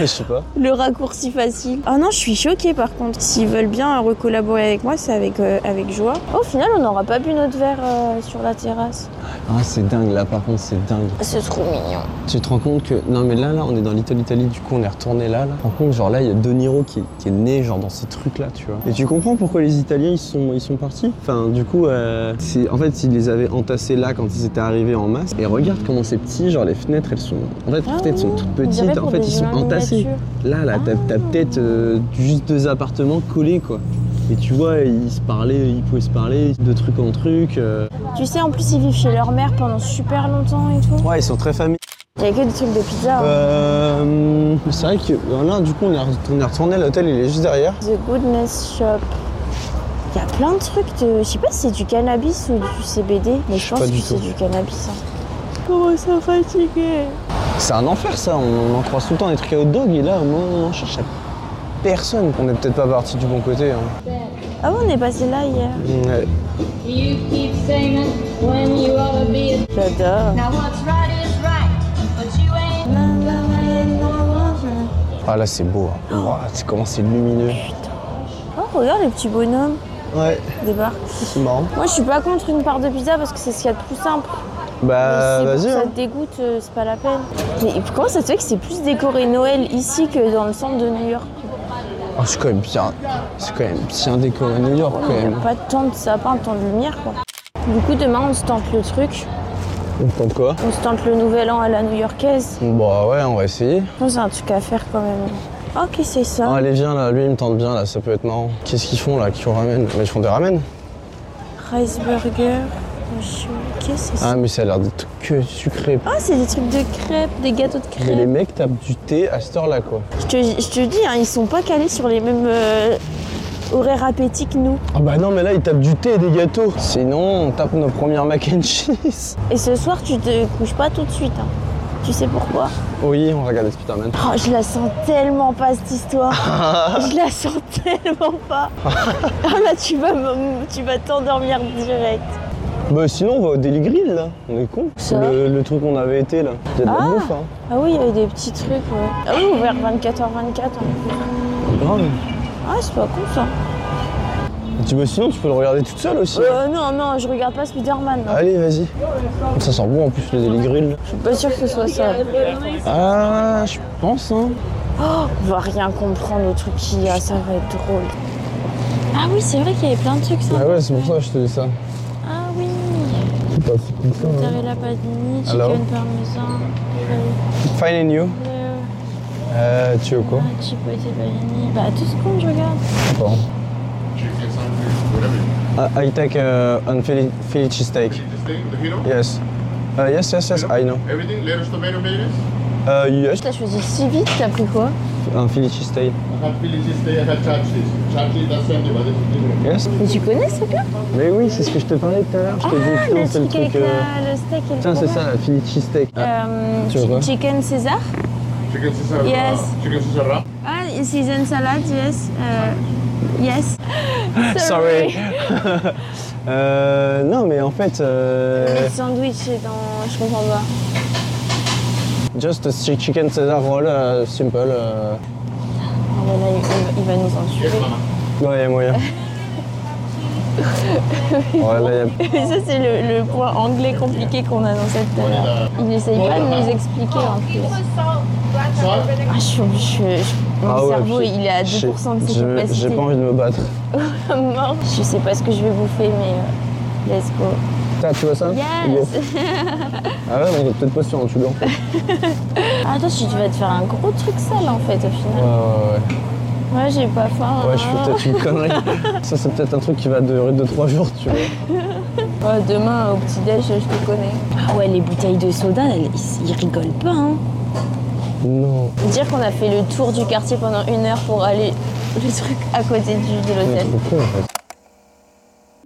S3: je sais pas.
S2: Le raccourci facile. Ah non, je suis choquée par contre. S'ils veulent bien recollaborer avec moi, c'est avec, euh, avec joie. Au final, on n'aura pas bu notre verre euh, sur la terrasse.
S3: Ah, c'est dingue là, par contre, c'est dingue.
S2: C'est trop Ah, mignon.
S3: Tu te rends compte que. Non, mais là, là, on est dans Little Italy, du coup, on est retourné là. là. Tu te rends compte, genre là, il y a De Niro qui, qui est né, genre dans ces trucs-là, tu vois. Et tu comprends pourquoi les Italiens, ils sont, ils sont partis Enfin, du coup, euh, c'est- en fait, ils les avaient entassés là quand ils étaient arrivés en masse. Et regarde comment c'est petit, genre les fenêtres, elles sont. En fait, les
S2: Ah
S3: fenêtres sont
S2: oui,
S3: toutes
S2: on dirait
S3: petites, en
S2: pour
S3: fait,
S2: des
S3: ils sont
S2: humains
S3: entassés.
S2: miniatures.
S3: Là, là, t'as t'as peut-être euh, juste deux appartements collés, quoi. Et tu vois, ils se parlaient, ils pouvaient se parler de truc en truc. euh.
S2: Tu sais, en plus, ils vivent chez leur mère pendant super longtemps et tout.
S3: Ouais, ils sont très familles.
S2: Il y a que des trucs de
S3: Ah.
S2: pizza. hein.
S3: Euh, c'est vrai que euh, là, du coup, on est, re- on est retourné à l'hôtel, il est juste derrière.
S2: The Goodness Shop. Il y a plein de trucs de. Je sais pas si c'est du cannabis ou du CBD, mais je
S3: sais
S2: pense
S3: pas du
S2: que c'est
S3: tout.
S2: du cannabis. hein. Comment ça fatigué
S3: C'est un enfer, ça. On en croise tout le temps des trucs à hot dog, et là, au moins, on en cherche à personne. On est peut-être pas parti du bon côté. hein.
S2: Ah bon, on est passé là hier.
S3: Ouais.
S4: You keep saying when you ought to be. a-
S2: J'adore.
S4: Now what's right is right, but you ain't.
S3: Ah, là, c'est beau. hein. Ouah, c'est comment c'est lumineux.
S2: Oh, regarde les petits bonhommes
S3: Ouais,
S2: qui débarquent.
S3: c'est marrant.
S2: Moi, je suis pas contre une part de pizza parce que c'est ce qu'il y a de plus simple.
S3: Bah,
S2: Mais si
S3: vas-y.
S2: Ça
S3: hein.
S2: te dégoûte, euh, c'est pas la peine. Mais comment ça se fait que c'est plus décoré Noël ici que dans le centre de New York
S3: Oh, c'est quand même bien. C'est quand même bien décoré New York, quand
S2: Il n'y
S3: même.
S2: a pas tant de sapins, tant de lumière quoi. Du coup, demain, on se tente le truc.
S3: On tente quoi
S2: On se tente le nouvel an à la new-yorkaise.
S3: Bah, ouais, on va essayer.
S2: Je pense que c'est un truc à faire quand même. Ok, c'est
S3: Ah,
S2: ça.
S3: allez, viens là, lui il me tente bien là, ça peut être marrant. Qu'est-ce qu'ils font là Qui ramène Mais ils font des ramen
S2: Rice burger. monsieur. Ok, c'est ça.
S3: Ah, mais ça a l'air d'être que sucré.
S2: Ah, c'est des trucs de crêpes, des gâteaux de
S3: Mais les
S2: crêpes.
S3: mecs tapent du thé à cette heure là quoi.
S2: Je te, je te dis, hein, ils sont pas calés sur les mêmes euh, horaires appétits que nous.
S3: Ah bah non, mais là ils tapent du thé et des gâteaux. Sinon, on tape nos premières mac and cheese.
S2: Et ce soir, tu te couches pas tout de suite. hein. Tu sais pourquoi
S3: Oui, on regarde Spider-Man.
S2: Oh, je la sens tellement pas cette histoire. je la sens tellement pas. ah là, tu vas, me- tu vas t'endormir direct.
S3: Bah sinon, on va au Daily Grill là. On est con.
S2: Ça va
S3: Le, le truc qu'on avait été là. Il y a de la
S2: Ah.
S3: bouffe hein.
S2: Ah oui, il y avait des petits trucs. Ouais. Ah oui, ouvert 24h24.
S3: Grave.
S2: Ah, c'est pas cool ça.
S3: Tu bah sinon, tu peux le regarder toute seule aussi.
S2: Euh, non, non, je regarde pas Spider-Man. non.
S3: Allez, vas-y. Ça sent bon en plus le Daily Grill.
S2: Je suis pas sûre que ce soit ça.
S3: Ah, je pense hein.
S2: On va rien comprendre au truc qu'il y a, ça va être drôle. Ah oui, c'est vrai qu'il y avait plein de trucs ça.
S3: Ah ouais, c'est pour ça que je te dis ça.
S2: Ah oui,
S3: Pas si cool que ça, hein.
S2: mozzarella panini, chicken
S3: Alors
S2: parmesan,
S3: Fine and you.
S2: euh, ah,
S3: Euh, tu veux quoi
S2: chipotle panini. Bah tout ce qu'on je regarde.
S3: Bon. I, I take uh, on Philly, Philly cheesesteak. Yes. Uh, yes, yes, yes, I know.
S5: Everything, latest tomato mayonnaise.
S3: Uh, yes,
S2: T'as choisi si vite, t'as pris quoi
S3: un Philly cheesesteak.
S5: I had Philly cheesesteak, I had char cheese. Char cheese, that's empty, but it's different.
S3: Yes. Ah,
S2: Mais tu connais ce gars
S3: Mais oui, c'est ce que je te parlais tout à l'heure. Je te dis, putain,
S2: Le
S3: c'est le
S2: truc avec
S3: truc. euh,
S2: la- le steak et le
S3: Tiens, c'est ça, la Philly cheesesteak. Ah,
S2: Euh,
S3: Tu veux
S2: chi-
S3: quoi
S2: chicken César
S5: Chicken Caesar.
S2: Yes.
S5: Uh, chicken Caesar wrap.
S2: Ah, season salad, yes. euh, yes.
S3: Ah, Sorry. euh, non, mais en fait, euh,
S2: Le sandwich est dans. Je comprends pas.
S3: just a chi- chicken Caesar roll, uh, simple. euh,
S2: Ah, mais là, il, il va nous en tuer.
S3: Ouais, il y a moyen. ouais, là, y
S2: Mais ça, c'est le, le point anglais compliqué qu'on annonçait tout à l'heure. euh, Il n'essaye pas de nous expliquer en plus.
S5: Salt.
S2: Ah, je, suis- je, je- mon
S3: Ah ouais,
S2: cerveau,
S3: puis
S2: il est à
S3: a
S2: 2% de ses
S3: j'ai, j'ai
S2: capacités.
S3: pas envie de me battre.
S2: Mort. Je sais pas ce que je vais bouffer, mais euh, let's go.
S3: Ça, tu vois ça
S2: Yes
S3: Ah ouais, on est peut-être pas sur un tube en fait. Ouais,
S2: Ah, toi, tu vas te faire un gros truc sale en fait, au final.
S3: ouais,
S2: Ouais, j'ai pas faim. hein.
S3: ouais. Ouais, je fais peut-être une connerie. Ça, c'est peut-être un truc qui va durer 2-3 jours, tu vois.
S2: Ouais, demain, au petit-déj, je te connais. Ah ouais, les bouteilles de soda, elles- ils, ils rigolent pas, hein.
S3: Non.
S2: Dire qu'on a fait le tour du quartier pendant une heure pour aller le truc à côté du, de l'hôtel.
S3: C'est trop con, en fait.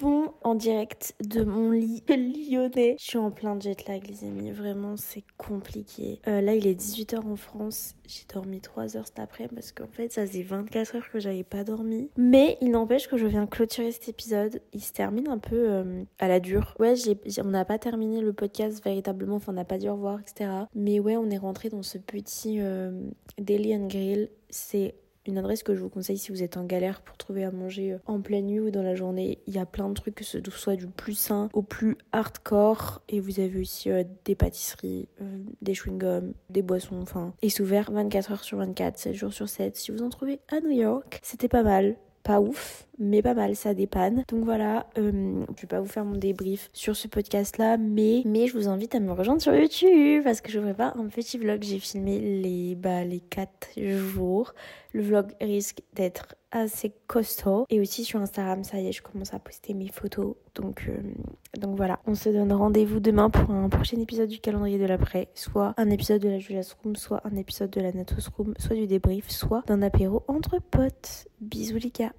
S6: bon en direct de mon lit lyonnais. Je suis en plein jet lag, les amis. Vraiment, c'est compliqué. Euh, là, il est 18h en France. J'ai dormi 3 heures cet après parce qu'en fait, ça faisait 24 heures que j'avais pas dormi. Mais il n'empêche que je viens clôturer cet épisode. Il se termine un peu euh, à la dure. Ouais, j'ai- j'ai- on n'a pas terminé le podcast véritablement. Enfin, on n'a pas dit au revoir, etc. Mais ouais, on est rentré dans ce petit euh, Daily and Grill. C'est une adresse que je vous conseille si vous êtes en galère pour trouver à manger euh, en pleine nuit ou dans la journée. Il y a plein de trucs, que ce soit du plus sain au plus hardcore. Et vous avez aussi euh, des pâtisseries, euh, des chewing-gums, des boissons, enfin. Et c'est ouvert 24 heures sur 24, 7 jours sur 7. Si vous en trouvez à New York, c'était pas mal pas ouf, mais pas mal, ça dépanne. Donc voilà, euh, je vais pas vous faire mon débrief sur ce podcast là, mais, mais je vous invite à me rejoindre sur YouTube parce que je vous prépare un petit vlog. J'ai filmé les, bah, les 4 jours. Le vlog risque d'être assez costaud. Et aussi sur Instagram, ça y est, je commence à poster mes photos. Donc, euh, donc voilà, on se donne rendez-vous demain pour un prochain épisode du calendrier de l'après. Soit un épisode de la Julia's Room, soit un épisode de la Natos Room, soit du débrief, soit d'un apéro entre potes. Bisous les gars